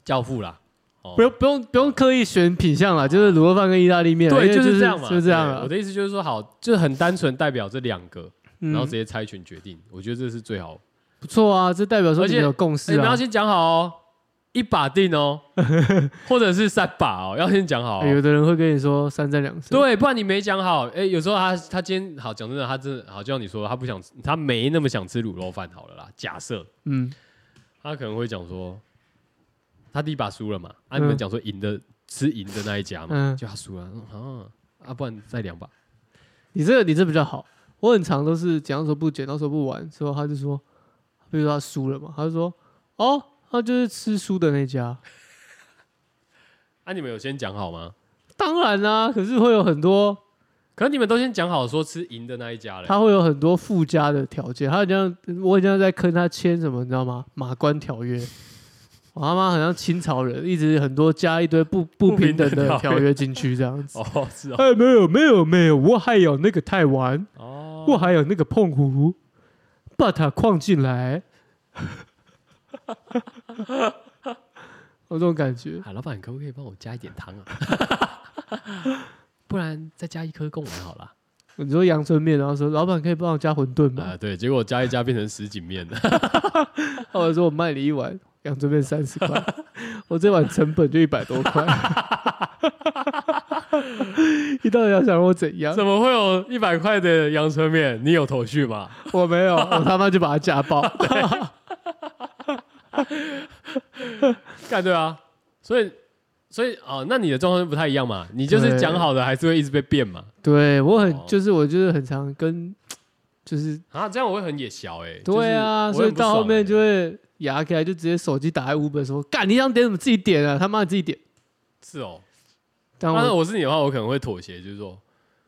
S1: 教父啦，哦
S2: 不用不用不用刻意选品相啦，就是卤肉饭跟意大利面啊啦，因
S1: 对，
S2: 为
S1: 就是这样嘛，
S2: 就这样啊
S1: 对我
S2: 了。
S1: 的意思就是说，好，就很单纯代表这两个，
S2: 嗯
S1: 然后直接猜拳决定，我觉得这是最好。
S2: 不错啊，这代表说
S1: 而
S2: 你
S1: 且
S2: 们有共
S1: 哎
S2: 识
S1: 你们
S2: 啊
S1: 要。先讲好哦，一把定 哦，或者是三把哦，要先讲好
S2: 哎有
S1: 哦。
S2: 的人会跟你说三战两胜，
S1: 对，不然你没讲好。哎、有时候他他今天好讲真的，他真的好，就像你说，他不想吃，他没那么想吃卤肉饭好了啦。假设
S2: 嗯，
S1: 他可能会讲说，他第一把输了嘛，啊，你们
S2: 嗯
S1: 讲说赢的吃赢的那一家嘛，
S2: 嗯
S1: 就他输了，嗯啊，啊，不然再两把。
S2: 你这个你这比较好。我很常都是剪刀手不剪刀手不玩，之后他就说，比如说他输了嘛，他就说哦，他就是吃输的那家。
S1: 啊，你们有先讲好吗？
S2: 当然啦、可是会有很多，
S1: 可能你们都先讲好说吃赢的那一家嘞。
S2: 他会有很多 附加的条件。他好像我好像在坑他签什么，你知道吗？马关条约。我他妈好像清朝人，一直很多加一堆不不
S1: 不平
S2: 平等
S1: 等
S2: 的
S1: 条
S2: 条
S1: 约
S2: 约进去这样子。
S1: 哦，是 哦，
S2: 哎，没有没有没有，我还有那个台湾，
S1: 哦，
S2: 我还有那个澎湖，把它框进 来。我这种感觉，
S1: 啊，老板可不可以帮我加一点糖啊？不然再加一颗贡丸好了。
S2: 你说阳春面，然后说老板可以帮我加馄饨吗？
S1: 啊，对，结果加一加变成什锦面了。
S2: 或者说我卖你一碗阳春面三十块，我这碗成本就一百多块， 你到底要想让我怎样
S1: 怎？么会有一百块的阳春面？你有头绪吗？
S2: 我没有，我他妈就把它家暴。
S1: 干对啊，所以所以哦，那你的状况就不太一样嘛。你就是
S2: 对
S1: 讲好的，还是会一直被变嘛。
S2: 对我很
S1: 哦
S2: 就是我就是很常跟就是
S1: 啊，这样我会很野小哎、欸。
S2: 对啊，
S1: 就是我
S2: 所
S1: 会
S2: 以
S1: 很不
S2: 到后
S1: 爽欸
S2: 面就会牙起来就直接手机打开五本说干你想点什么自己点啊他妈你自己点。
S1: 是哦。
S2: 但
S1: 当然
S2: 我
S1: 我是你的话，我可能会妥协，就是说，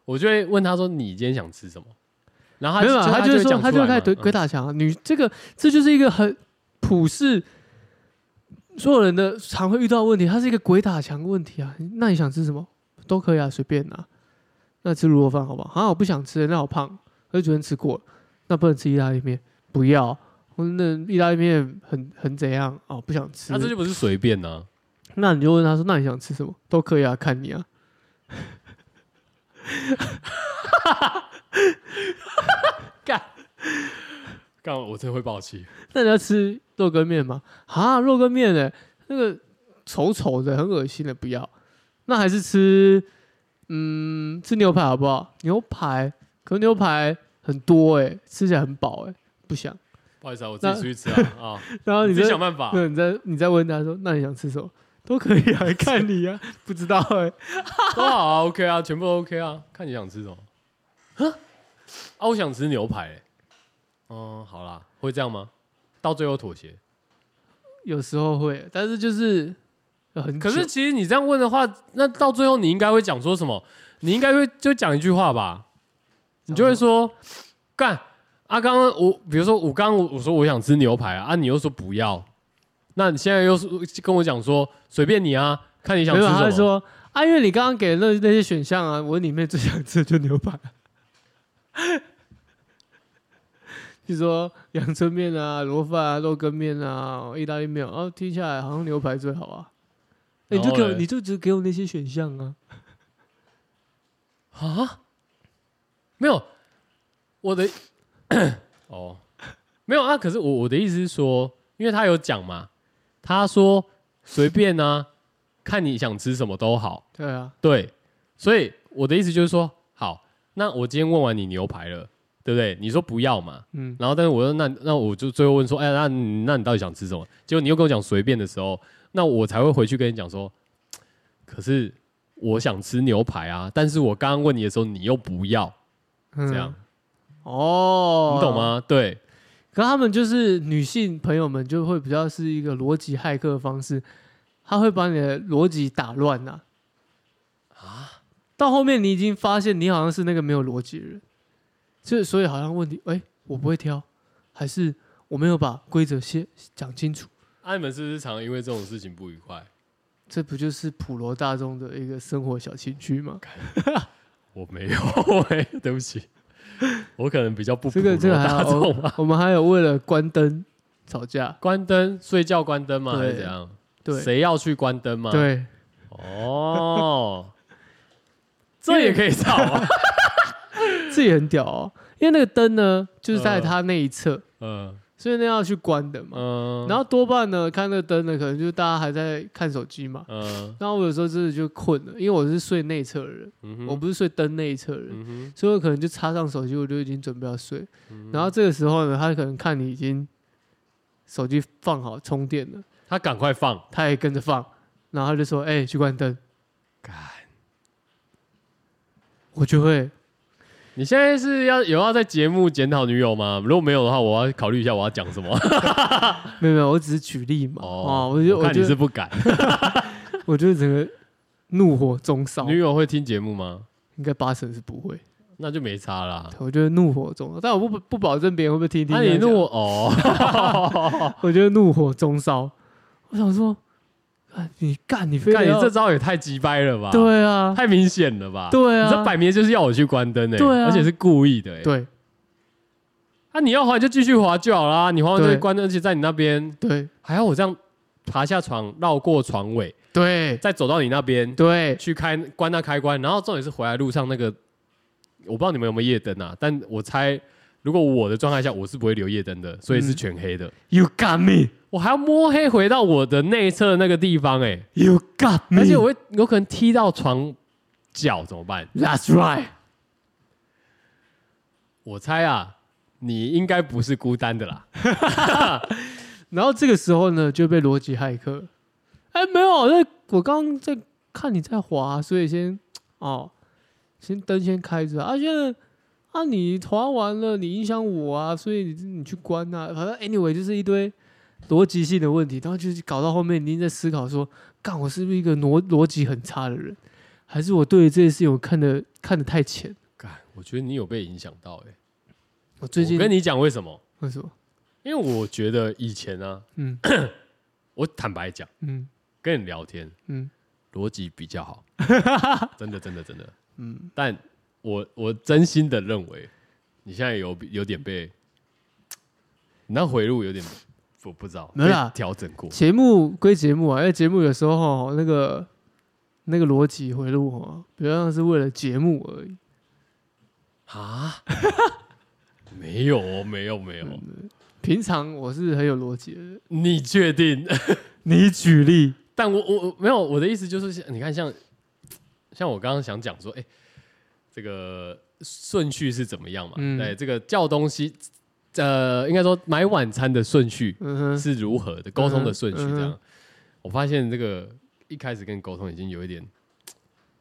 S1: 我就会问他说你今天想吃什么，然后
S2: 没有啊，
S1: 他
S2: 他就
S1: 会
S2: 是说
S1: 讲
S2: 他
S1: 出
S2: 就
S1: 来
S2: 开始
S1: 嘛
S2: 鬼鬼
S1: 嗯
S2: 打墙啊，女这个这就是一个很普世。所有人的常会遇到的问题，它是一个鬼打墙的问题啊。那你想吃什么都可以啊，随便啊。那吃卤肉饭好不好？啊，我不想吃，那我胖，我就昨天吃过了，那不能吃意大利面，不要。我那意大利面很很怎样哦，不想吃。
S1: 那这就不是随便呢、
S2: 嗯那你就问他说：“那你想吃什么？都可以啊，看你啊。
S1: 干我真的会爆气。
S2: 那你要吃肉羹面吗？啊，肉羹面呢？那个丑丑的，很恶心的，不要。那还是吃，嗯，吃牛排好不好？牛排，可是牛排很多哎、吃起来很饱哎、不想。
S1: 不好意思啊，我自己出去吃啊啊，
S2: 然后
S1: 你
S2: 你
S1: 自
S2: 再
S1: 己想办法。
S2: 对，你再你再问他说：那你想吃什么？都可以啊，看你啊，不知道哎、
S1: 都好啊，OK 啊，全部都 OK 啊，看你想吃什么。啊，我想吃牛排、欸。哦、好啦，会这样吗？到最后妥协。
S2: 有时候会，但是就是呃很
S1: 可是
S2: 久
S1: 其实你这样问的话，那到最后你应该会讲说什么？你应该会就讲一句话吧，你就会说干啊，刚刚我比如说我刚刚我我说我想吃牛排啊，啊你又说不要，那你现在又说跟我讲说随便你啊，看你想
S2: 没
S1: 吃
S2: 有，他
S1: 什
S2: 会
S1: 么。
S2: 说啊，因为你刚刚给的那那些选项啊，我里面最想吃的就牛排，啊 就说阳春面啊、螺饭啊、肉羹面啊、意大利面啊，哦，听下来好像牛排最好啊。那你就给
S1: 然后
S2: 我，
S1: 嘞
S2: 你就只给我那些选项啊。
S1: 啊？没有，我的 哦，没有啊。可是我我的意思是说，因为他有讲嘛，他说随便啊，看你想吃什么都好。
S2: 对啊，
S1: 对，所以我的意思就是说，好，那我今天问完你牛排了，对不对？你说不要嘛，
S2: 嗯，
S1: 然后但是我说那那我就最后问说，哎，那你那你到底想吃什么？结果你又跟我讲随便的时候，那我才会回去跟你讲说，可是我想吃牛排啊，但是我刚刚问你的时候你又不要，
S2: 嗯
S1: 这样、
S2: 哦，
S1: 你懂？吗？对，
S2: 可他们就是女性朋友们就会比较是一个逻辑骇客的方式，他会把你的逻辑打乱呐、啊。到后面你已经发现你好像是那个没有逻辑的人，就所以好像问题，哎、我不会挑，还是我没有把规则先讲清楚？
S1: 啊，你们是不是常因为这种事情不愉快？
S2: 这不就是普罗大众的一个生活小情趣吗？
S1: 我没有， 我没，对不起，我可能比较不
S2: 这个
S1: 普
S2: 这
S1: 罗
S2: 个还
S1: 大
S2: 好，哦
S1: 众
S2: 我
S1: 吧。
S2: 我们还有为了关灯吵架，
S1: 关灯睡觉关灯吗？还是
S2: 对
S1: 怎样？
S2: 对
S1: 谁要去关灯吗？，
S2: 对，
S1: 哦，这也可以吵啊。
S2: 这也很屌哦，因为那个灯呢，就是在
S1: 呃
S2: 它那一侧，
S1: 嗯
S2: 所以那要去关的嘛。
S1: 嗯，
S2: 然后多半呢，看那个灯呢，可能就是大家还在看手机嘛。
S1: 嗯
S2: 然后我有时候真的就困了，因为我是睡内侧的人，
S1: 嗯哼，
S2: 我不是睡灯那一侧的人，
S1: 嗯哼，
S2: 所以我可能就插上手机，我就已经准备要睡。
S1: 嗯
S2: 然后这个时候呢，他可能看你已经手机放好充电了，
S1: 他赶快放，
S2: 他也跟着放，然后他就说：“哎、去关灯。
S1: 干，”
S2: 我就会
S1: 你现在是要有啊要在节目检讨女友吗？如果没有的话，我要考虑一下我要讲什么。
S2: 没有没有，我只是举例嘛。 哦，我就
S1: 我看你
S2: 就是
S1: 不敢。
S2: 我就整个怒火中烧，
S1: 女友会听节目吗？
S2: 应该八成是不会。
S1: 那就没差啦。
S2: 我觉得怒火中烧，但我不不保证别人会不会听听。啊
S1: 那你如果哦，
S2: 我觉得怒火中烧，我想说，啊，你干你非得
S1: 看你
S2: 要
S1: 这招也太鸡掰了吧？，
S2: 对啊，
S1: 太明显了吧？、
S2: 对
S1: 你这
S2: 啊，
S1: 摆明就是要我去关灯哎、
S2: 对啊
S1: 而且是故意的哎、
S2: 对
S1: 啊，你要滑就继续滑就好啦，你滑完就
S2: 对
S1: 关灯，而且在你那边
S2: 对
S1: 还要我这样爬下床，绕过床尾，
S2: 对
S1: 再走到你那边
S2: 对，
S1: 去开关那开关，然后重点是回来路上那个，我不知道你们有没有夜灯啊，但我猜如果我的状态下我是不会留夜灯的，所以是
S2: 嗯
S1: 全黑的。
S2: You got me,
S1: 我还要摸黑回到我的内侧那个地方、欸，
S2: you got
S1: 哎，
S2: me。
S1: 而且我会有可能踢到床脚怎么办？
S2: That's right，
S1: 我猜啊，你应该不是孤单的啦。
S2: 然后这个时候呢就被逻辑骇客，哎，没有，那我刚刚在看你在滑，所以先哦，先灯先开着啊，啊现在啊你滑完了，你影响我啊，所以你你去关啊，反正 anyway 就是一堆逻辑性的问题，然后就是搞到后面你已经在思考说，干我是不是一个逻逻辑很差的人，还是我对这件事情我看的看的太浅？
S1: 干，我觉得你有被影响到、欸，哎，
S2: 我最近
S1: 我跟你讲为什么？
S2: 为什么？
S1: 因为我觉得以前啊，
S2: 嗯
S1: 我坦白讲，
S2: 嗯
S1: 跟你聊天
S2: 嗯
S1: 逻辑比较 好，真的真的真的。
S2: 嗯，
S1: 但我我真心的认为，你现在有有点被，你那回路有点，我不知道，
S2: 没啊啦
S1: 被调整过。
S2: 节目归节目啊，因为节目有时候吼那个那个逻辑回路哈，比较像是为了节目而已。
S1: 啊？没有哦，没有没有，
S2: 嗯平常我是很有逻辑的人。
S1: 你确定？
S2: 你举例，
S1: 但我我我没有我的意思就是像，你看像像我刚刚想讲说，哎、这个顺序是怎么样嘛？
S2: 嗯
S1: 对，这个叫东西，呃，应该说买晚餐的顺序
S2: 嗯哼，
S1: 是如何的，沟通的顺序这
S2: 嗯
S1: 样
S2: 哼。
S1: 我发现这个一开始跟沟通已经有一点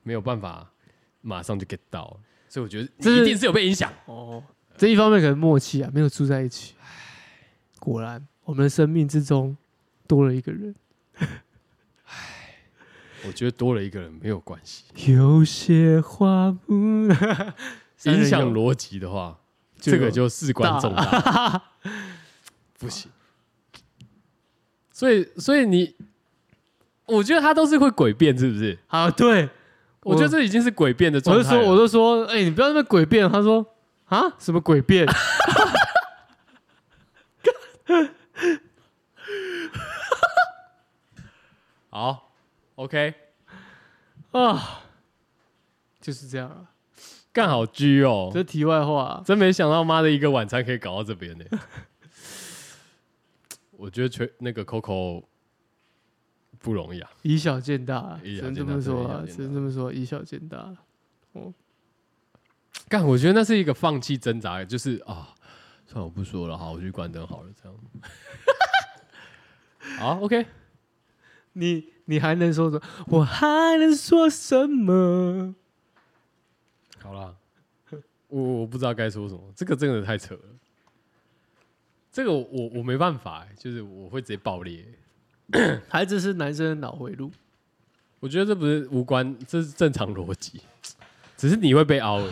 S1: 没有办法马上就 get 到了，所以我觉得
S2: 这
S1: 你
S2: 是
S1: 一定是有被影响。
S2: 哦，这一方面可能默契啊，没有住在一起。果然，我们的生命之中多了一个人。
S1: 我觉得多了一个人没有关系，
S2: 有些话不三人
S1: 影
S2: 游
S1: 响逻辑的话，
S2: 就
S1: 这个就事关重大，不行。所以，所以你，我觉得他都是会诡辩，是不是？
S2: 啊，对，
S1: 我觉得这已经是诡辩的
S2: 我
S1: 状
S2: 就
S1: 态
S2: 说，
S1: 了。
S2: 我就说，哎、你不要那么诡辩。他说啊，什么诡辩？
S1: 好，OK，
S2: 啊，就是这样啊。
S1: 干好 G 哦，
S2: 这题外话、啊，
S1: 真没想到妈的一个晚餐可以搞到这边呢、 我觉得全那个 Coco 不容易啊，
S2: 以小见大啊，
S1: 以
S2: 只
S1: 小
S2: 能这
S1: 见大
S2: 么说啊，
S1: 真的以小见大
S2: 只能这么说，以小见大。啊
S1: 干，我觉得那是一个放弃挣扎，就是啊，算了，我不说了，好，我去关灯好了，这样。 好，OK，
S2: 你你还能说什么？我还能说什么？
S1: 好啦， 我我不知道该说什么，这个真的太扯了。这个我我我没办法、欸，就是我会直接爆裂欸、
S2: 还这是男生的脑回路，
S1: 我觉得这不是无关，这是正常逻辑，只是你会被凹而已。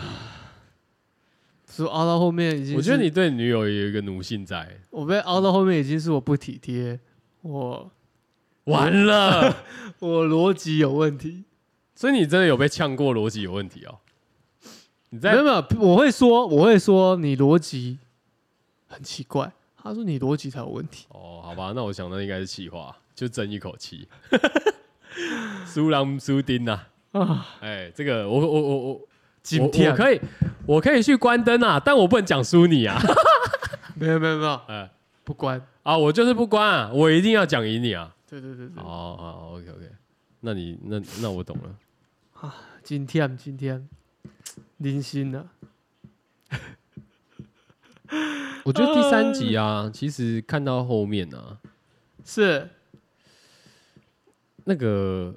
S2: 说熬到后面已经是，
S1: 我觉得你对女友也有一个奴性在，
S2: 我被熬到后面已经是我不体贴，我
S1: 完了，
S2: 我逻辑有问题。
S1: 所以你真的有被呛过逻辑有问题哦。你
S2: 没有
S1: 在
S2: 没有，我会说我会说你逻辑很奇怪。他说你逻辑才有问题。
S1: 哦，好吧，那我想那应该是气话，就争一口气。 苏朗苏丁呐、啊，哎，这个我我我我。我我可以，我可以去关灯啊，但我不能讲输你啊！
S2: 没有没有没有，
S1: 哎
S2: 不关。
S1: 啊，我就是不关啊，我一定要讲赢你啊！
S2: 对对对对。
S1: 哦好 o k OK，那你那那我懂了。
S2: 今天今天零星啊，
S1: 我觉得第三集啊，其实看到后面啊，
S2: 是
S1: 那个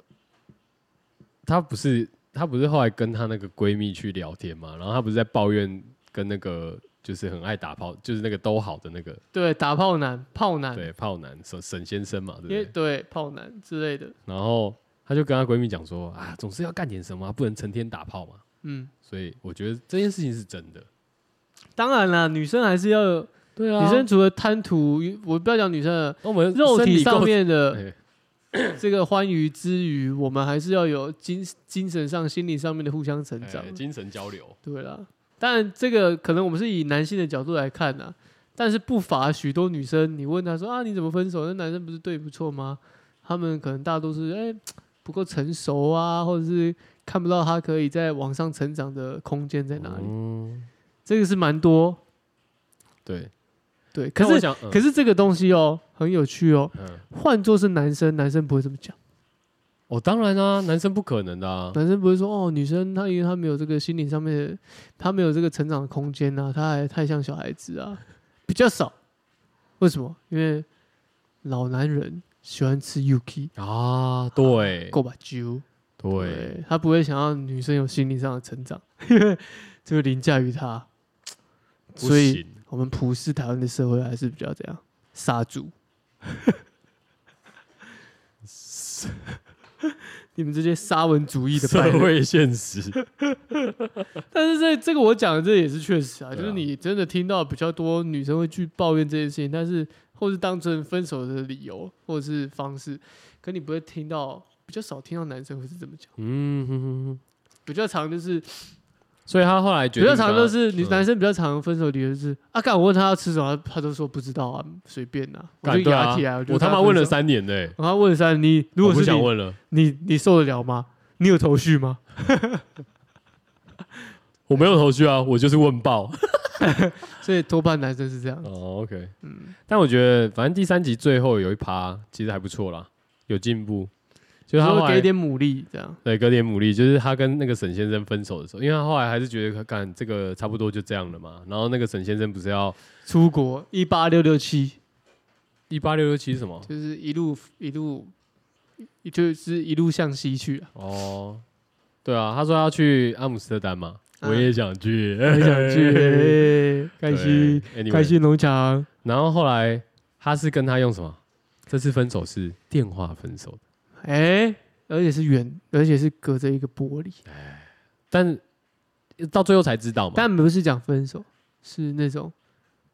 S1: 她不是她不是后来跟她那个闺蜜去聊天嘛，然后她不是在抱怨跟那个就是很爱打炮，就是那个都好的那个
S2: 对打炮男、炮男，
S1: 对炮男沈沈先生嘛，对不
S2: 啊因为
S1: 对？
S2: 对炮男之类的，
S1: 然后她就跟她闺蜜讲说啊，总是要干点什么啊、不能成天打炮嘛。
S2: 嗯，
S1: 所以我觉得这件事情是真的。
S2: 当然啦，女生还是要有，
S1: 对啊
S2: 女生除了贪图，我不要讲女生了，
S1: 那我们
S2: 啊肉
S1: 身
S2: 体
S1: 够
S2: 上面的
S1: 哎
S2: 这个欢愉之余，我们还是要有精精神上、心理上面的互相成长
S1: 哎。精神交流，
S2: 对啦，当然这个可能我们是以男性的角度来看呐、但是不乏许多女生，你问她说啊你怎么分手？那男生不是对不错吗？他们可能大多是哎、不够成熟啊，或者是看不到他可以在往上成长的空间在哪里，
S1: 嗯，
S2: 这个是蛮多
S1: 对。
S2: 对。可
S1: 但我
S2: 是、
S1: 想，嗯
S2: 可是这个东西哦，很有趣哦。
S1: 嗯，
S2: 换做是男生，男生不会这么讲，
S1: 哦，当然啊，男生不可能的啊，
S2: 男生不会说哦，女生她因为她没有这个心理上面的，她没有这个成长的空间啊，她还太像小孩子啊，比较少。为什么？因为老男人喜欢吃 Yuki
S1: 啊，对，
S2: 够吧酒，
S1: 对，，
S2: 他不会想要女生有心理上的成长， 因为这个凌驾于他。
S1: 不
S2: 所以
S1: 行
S2: 我们普世台湾的社会还是比较这样杀猪。 你们这些沙文主义的
S1: 社
S2: 败类
S1: 会现 实，
S2: 但是这这个我讲的这也是确实啊，
S1: 对啊
S2: 就是你真的听到比较多女生会去抱怨这件事情，但是或是当成分手的理由或者是方式，可你不会听到，比较少听到男生会是这么讲，
S1: 嗯哼哼哼，
S2: 比较常就是
S1: 所以他后来决
S2: 比较
S1: 定
S2: 常
S1: 跟
S2: 都
S1: 他
S2: 是女
S1: 嗯
S2: 男生比较常分手的理由就是啊，干我问他要吃什么，他他都说不知道啊，随便啊，我
S1: 干
S2: 就
S1: 对
S2: 牙
S1: 啊
S2: 起来，我，就
S1: 我他
S2: 跟
S1: 妈
S2: 分
S1: 问了
S2: 手，
S1: 三年呢，
S2: 我他问了三，你如
S1: 我
S2: 果
S1: 不
S2: 是
S1: 想
S2: 你
S1: 问了，
S2: 你你受得了吗？你有头绪吗？
S1: 我没有头绪啊，我就是问 爆。
S2: 所以多半男生是这样，
S1: 哦，OK，
S2: 嗯，
S1: 但我觉得反正第三集最后有一趴其实还不错啦，有进步，就
S2: 就是
S1: 他后
S2: 会
S1: 来
S2: 给一点牡蛎这样，
S1: 对，格点牡蛎，就是他跟那个沈先生分手的时候，因为他后来还是觉得，干这个差不多就这样了嘛。然后那个沈先生不是要
S2: 出国一八六六七。
S1: 一八六六七什么？
S2: 就是一路一路，就是一路向西去 啊。
S1: 哦，对啊，他说要去阿姆斯特丹嘛，
S2: 嗯
S1: 我也想去，
S2: 很想
S1: 对，
S2: 去，开心开
S1: anyway，
S2: 心农场，
S1: 然后后来他是跟他用什么？这次分手是电话分手的，
S2: 哎，而且是远，而且是隔着一个玻璃，
S1: 但到最后才知道嘛。
S2: 但不是讲分手，是那种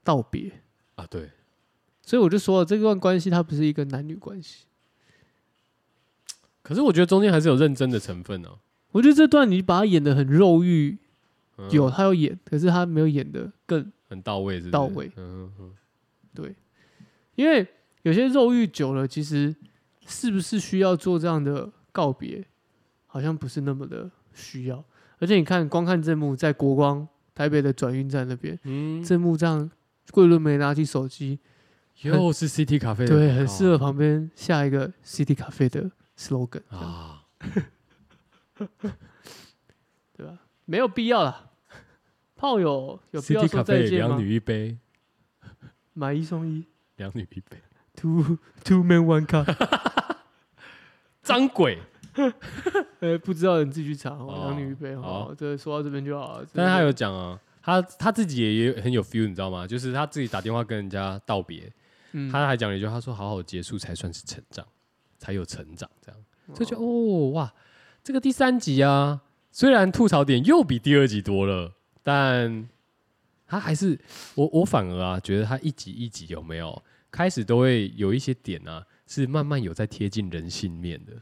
S2: 道别。
S1: 啊，对，
S2: 所以我就说了，啊这段关系它不是一个男女关系。
S1: 可是我觉得中间还是有认真的成分哦呢、
S2: 我觉得这段你把它演的很肉欲，
S1: 嗯
S2: 有他有演，可是他没有演的更
S1: 很到位，是不是
S2: 到位
S1: 嗯嗯
S2: 对，因为有些肉欲久了，其实是不是需要做这样的告别，好像不是那么的需要。而且你看，光看正木在国光台北的转运站那边，
S1: 嗯，
S2: 正木这样桂纶镁拿起手机，
S1: 又是哦 CT 咖啡的
S2: 对，
S1: 广
S2: 很
S1: 告
S2: 适合旁边下一个 City 咖啡的 slogan，这样
S1: 啊。
S2: 对吧？没有必要啦。炮友有必要
S1: CT
S2: 说
S1: 咖
S2: 再
S1: 啡
S2: 见
S1: 两
S2: 吗？
S1: 女一杯，
S2: 买一送一
S1: 两女一杯，
S2: ，two two man one cup。
S1: 张鬼。
S2: 呃，不知道你自己去查哦，
S1: 哦
S2: 两女一杯
S1: 好
S2: 哦。这说到这边就好了。
S1: 但是他有讲啊，他他自己也也很有 feel，你知道吗？就是他自己打电话跟人家道别，
S2: 嗯
S1: 他还讲了一句，他说好好结束才算是成长，才有成长这样。就觉得哦哇，这个第三集啊，虽然吐槽点又比第二集多了，但他还是我我反而啊觉得他一集一集有没有开始都会有一些点啊，是慢慢有在贴近人性面的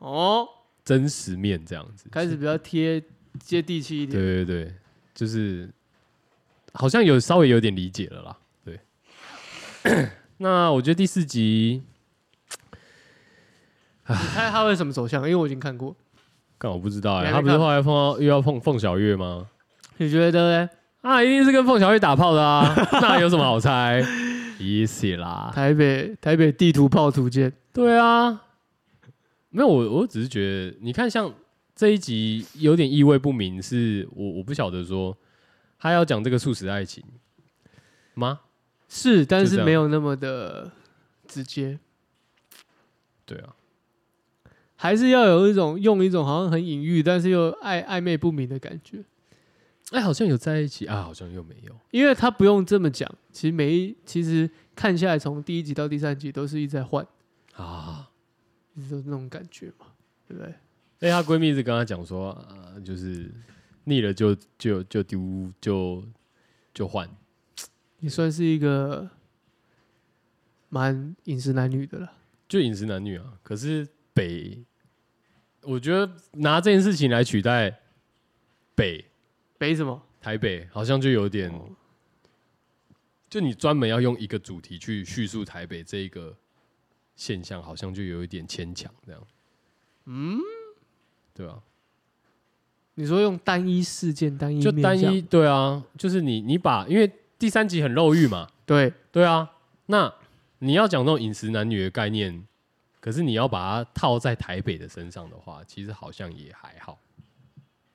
S2: 哦，
S1: 真实面这样子。
S2: 开始比较贴接地气一点。
S1: 对对对，就是好像有稍微有点理解了啦。对， 那我觉得第四集
S2: 你猜他会什么走向？因为我已经看过，
S1: 干我不知道哎、
S2: 你还没
S1: 他不是
S2: 看
S1: 后来碰到又要碰凤小月吗？
S2: 你觉得呢？
S1: 啊，一定是跟凤小月打炮的 啊，那有什么好猜？easy 啦，
S2: 台北台北地图炮图鉴，
S1: 对啊，没有我我只是觉得，你看像这一集有点意味不明，是我我不晓得说他要讲这个素食爱情吗？
S2: 是，但
S1: 就这
S2: 是
S1: 样
S2: 没有那么的直接，
S1: 对啊，
S2: 还是要有一种用一种好像很隐喻，但是又暧暧昧不明的感觉。
S1: 哎、好像有在一起啊，好像又没有。
S2: 因为他不用这么讲，其实每一其实看下来，从第一集到第三集都是一直在换，
S1: 啊，
S2: 一直都是那种感觉嘛，对不对？
S1: 哎，她闺蜜一直跟她讲说，啊，就是腻了就就就丢就就换，
S2: 也算是一个蛮饮食男女的了。
S1: 就饮食男女啊。可是北，我觉得拿这件事情来取代北
S2: 北什么？
S1: 台北，好像就有点，就你专门要用一个主题去叙述台北这一个现象，好像就有一点牵强这样。嗯，对啊，
S2: 你说用单一事件、单一
S1: 就
S2: 面
S1: 单
S2: 向
S1: 一对啊，就是你你把因为第三集很肉欲嘛，
S2: 对
S1: 对啊，那你要讲那种饮食男女的概念，可是你要把它套在台北的身上的话，其实好像也还好。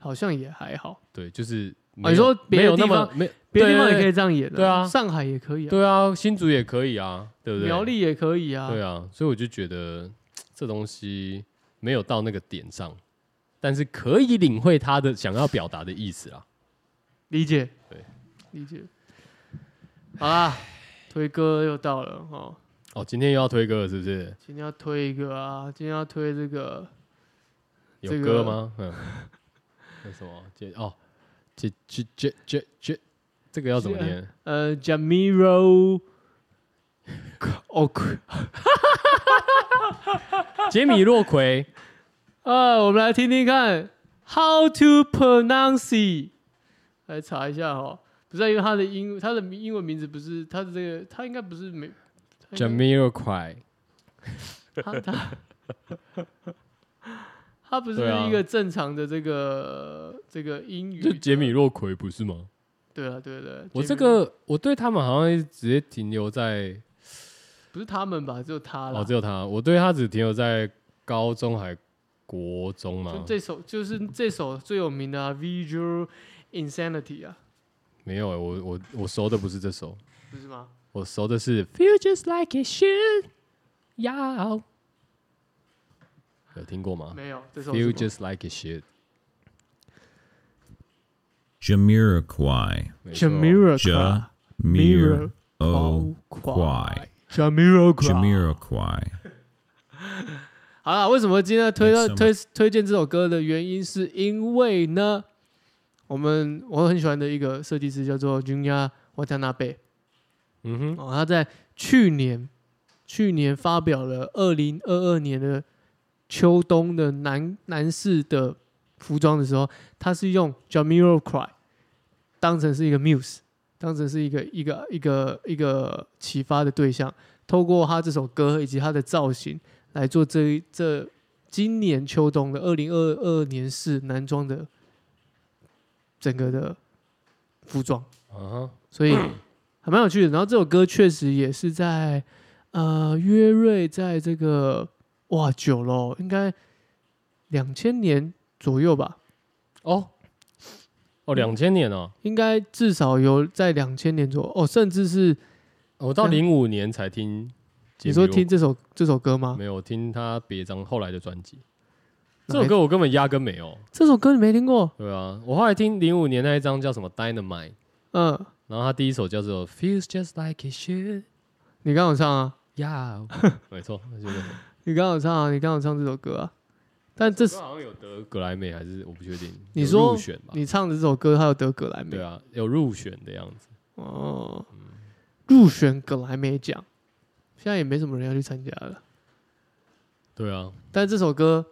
S2: 好像也还好，
S1: 对，就是没
S2: 啊
S1: 有
S2: 你说别
S1: 没
S2: 的
S1: 有那
S2: 地
S1: 么
S2: 方
S1: 没有
S2: 别的地方也可以
S1: 对
S2: 这样演、
S1: 对啊
S2: 上海也可以、啊，
S1: 对啊，新竹也可以啊，对不对？
S2: 苗栗也可以啊，
S1: 对啊，所以我就觉得这东西没有到那个点上，但是可以领会他的想要表达的意思啦。
S2: 理解，
S1: 对，
S2: 理解。好啦，推歌又到了哦，
S1: 哦，今天又要推歌了是不是？
S2: 今天要推一个啊，今天要推这个
S1: 有
S2: 这个
S1: 歌吗？嗯， 那什么？这哦，这这这这这这个要怎么
S2: 是啊
S1: 念？
S2: 呃 Jamiro o
S1: 杰米洛 奎。
S2: 呃，我们来听听看 How to pronounce，it 来查一下哦。不是啊因为他的英他的英文名字不是他的这个他应该不是美
S1: Jamiroquai，
S2: 他他他不是
S1: 对啊
S2: 一个正常的这个、这个英语
S1: 就
S2: 的，
S1: 杰米洛奎不是吗？
S2: 对啊对啊对啊，
S1: 我
S2: 杰
S1: 这
S2: 米
S1: 个我对他们好像直接停留在
S2: 不是他们吧，只有他了。
S1: 哦，只有他，我对他只停留在高中还国中
S2: 就
S1: 嘛，
S2: 这首就是这首最有名的、啊《Visual Insanity》啊，
S1: 没有欸、我我我熟的不是这首，
S2: 不是吗？
S1: 我熟的是 Feel Just Like It Should，要有听过吗
S2: 没有，这首是
S1: ？Feel
S2: 什么
S1: 啊 Just Like It Should，
S6: Jamiroquai.
S1: 没错
S2: Jamiroquai
S6: Ja Mir O
S2: Jamiroquai
S6: Quai.
S2: Jamiroquai
S6: Jamiroquai.
S2: 好了，为什么今天推到
S6: Thanks so much.
S2: 推推荐这首歌的原因，是因为呢，我们我很喜欢的一个设计师叫做 Junya Watanabe
S1: 嗯哼，
S2: 哦，他在去年去年发表了二零二二年的秋冬的男男士的服装的时候，他是用 Jamiroquai 当成是一个 muse，当成是一个一个一个一个启发的对象，透过他这首歌以及他的造型来做这一这今年秋冬的二零二二年式男装的整个的服装。
S1: 啊哈，
S2: 所以还蛮有趣的。然后这首歌确实也是在呃约瑞在这个哇久了，哦应该两千年左右吧，
S1: 哦哦，两千年哦，
S2: 应该至少有在两千年左右哦，甚至是
S1: 我到
S2: 这
S1: 零五年才听
S2: 你
S1: 杰米
S2: 说
S1: 洛奎。
S2: 听这首这首歌吗
S1: 没？有我听他别张后来的专辑，
S2: 哪
S1: 这首
S2: 一
S1: 歌我根本压根没有。
S2: 这首歌你没听过？
S1: 对啊，我后来听零五年那一张叫什么《Dynamite》，
S2: 嗯，
S1: 然后他第一首叫做《Feels Just Like It Should
S2: 你刚好唱啊，》
S1: 呀， 没错，就是
S2: 你刚好唱啊，你刚好唱这首歌啊。但这
S1: 这
S2: 是
S1: 首歌好像有得格莱美还是我不确定，
S2: 你
S1: 有
S2: 说
S1: 入选吧？
S2: 你唱的这首歌，它有得格莱美
S1: 对啊，有入选的样子。
S2: 哦，入选格莱美奖，现在也没什么人要去参加了。
S1: 对啊，
S2: 但这首歌，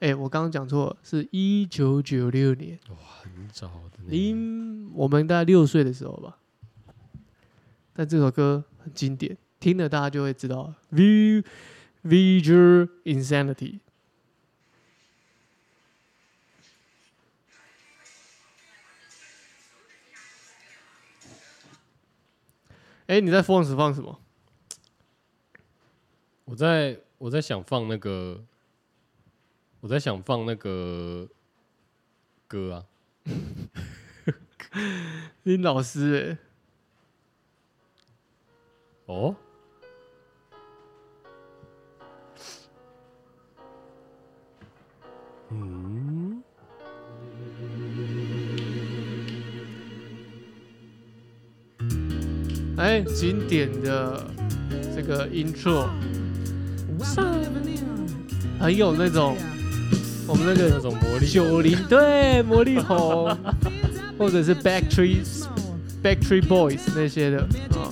S2: 哎、我刚刚讲错了，是一九九六年，
S1: 很早的那个，
S2: 零我们大概六岁的时候吧。但这首歌很经典，听了大家就会知道了。V Visual Insanity，哎、你在 p h o n e 放什么？
S1: 我在我在想放那个，我在想放那个歌啊，
S2: 你老师哎、
S1: 哦，嗯，
S2: 哎，经典的这个 intro，很有那种我们那
S1: 那
S2: 个
S1: 种魔力
S2: 九零对魔力红，或者是 Backstreet Backstreet Boys 那些的啊、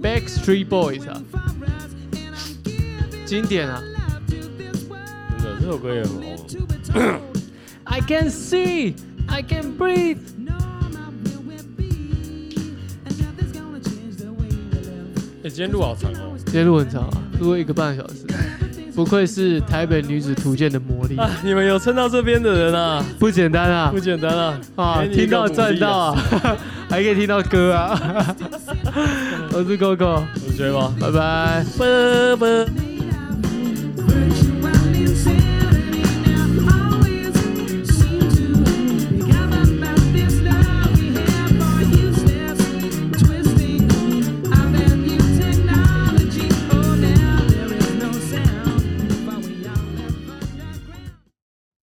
S2: Backstreet Boys 啊，经典啊
S1: 真的这首歌也很红。
S2: ！I can see, I can breathe。
S1: 哎、今天录好长哦。
S2: 今天录很长啊，录了一个半小时，不愧是台北女子图鉴的魔力，
S1: 啊，你们有撑到这边的人啊，
S2: 不简单啊
S1: 不！简单啊！
S2: 啊，
S1: 给你一
S2: 听
S1: 个
S2: 到
S1: 鼓励啊
S2: 赚到啊， 还可以听到歌 啊！我是 Coco，
S1: 我觉得吗？
S2: 拜拜。
S1: 啵啵。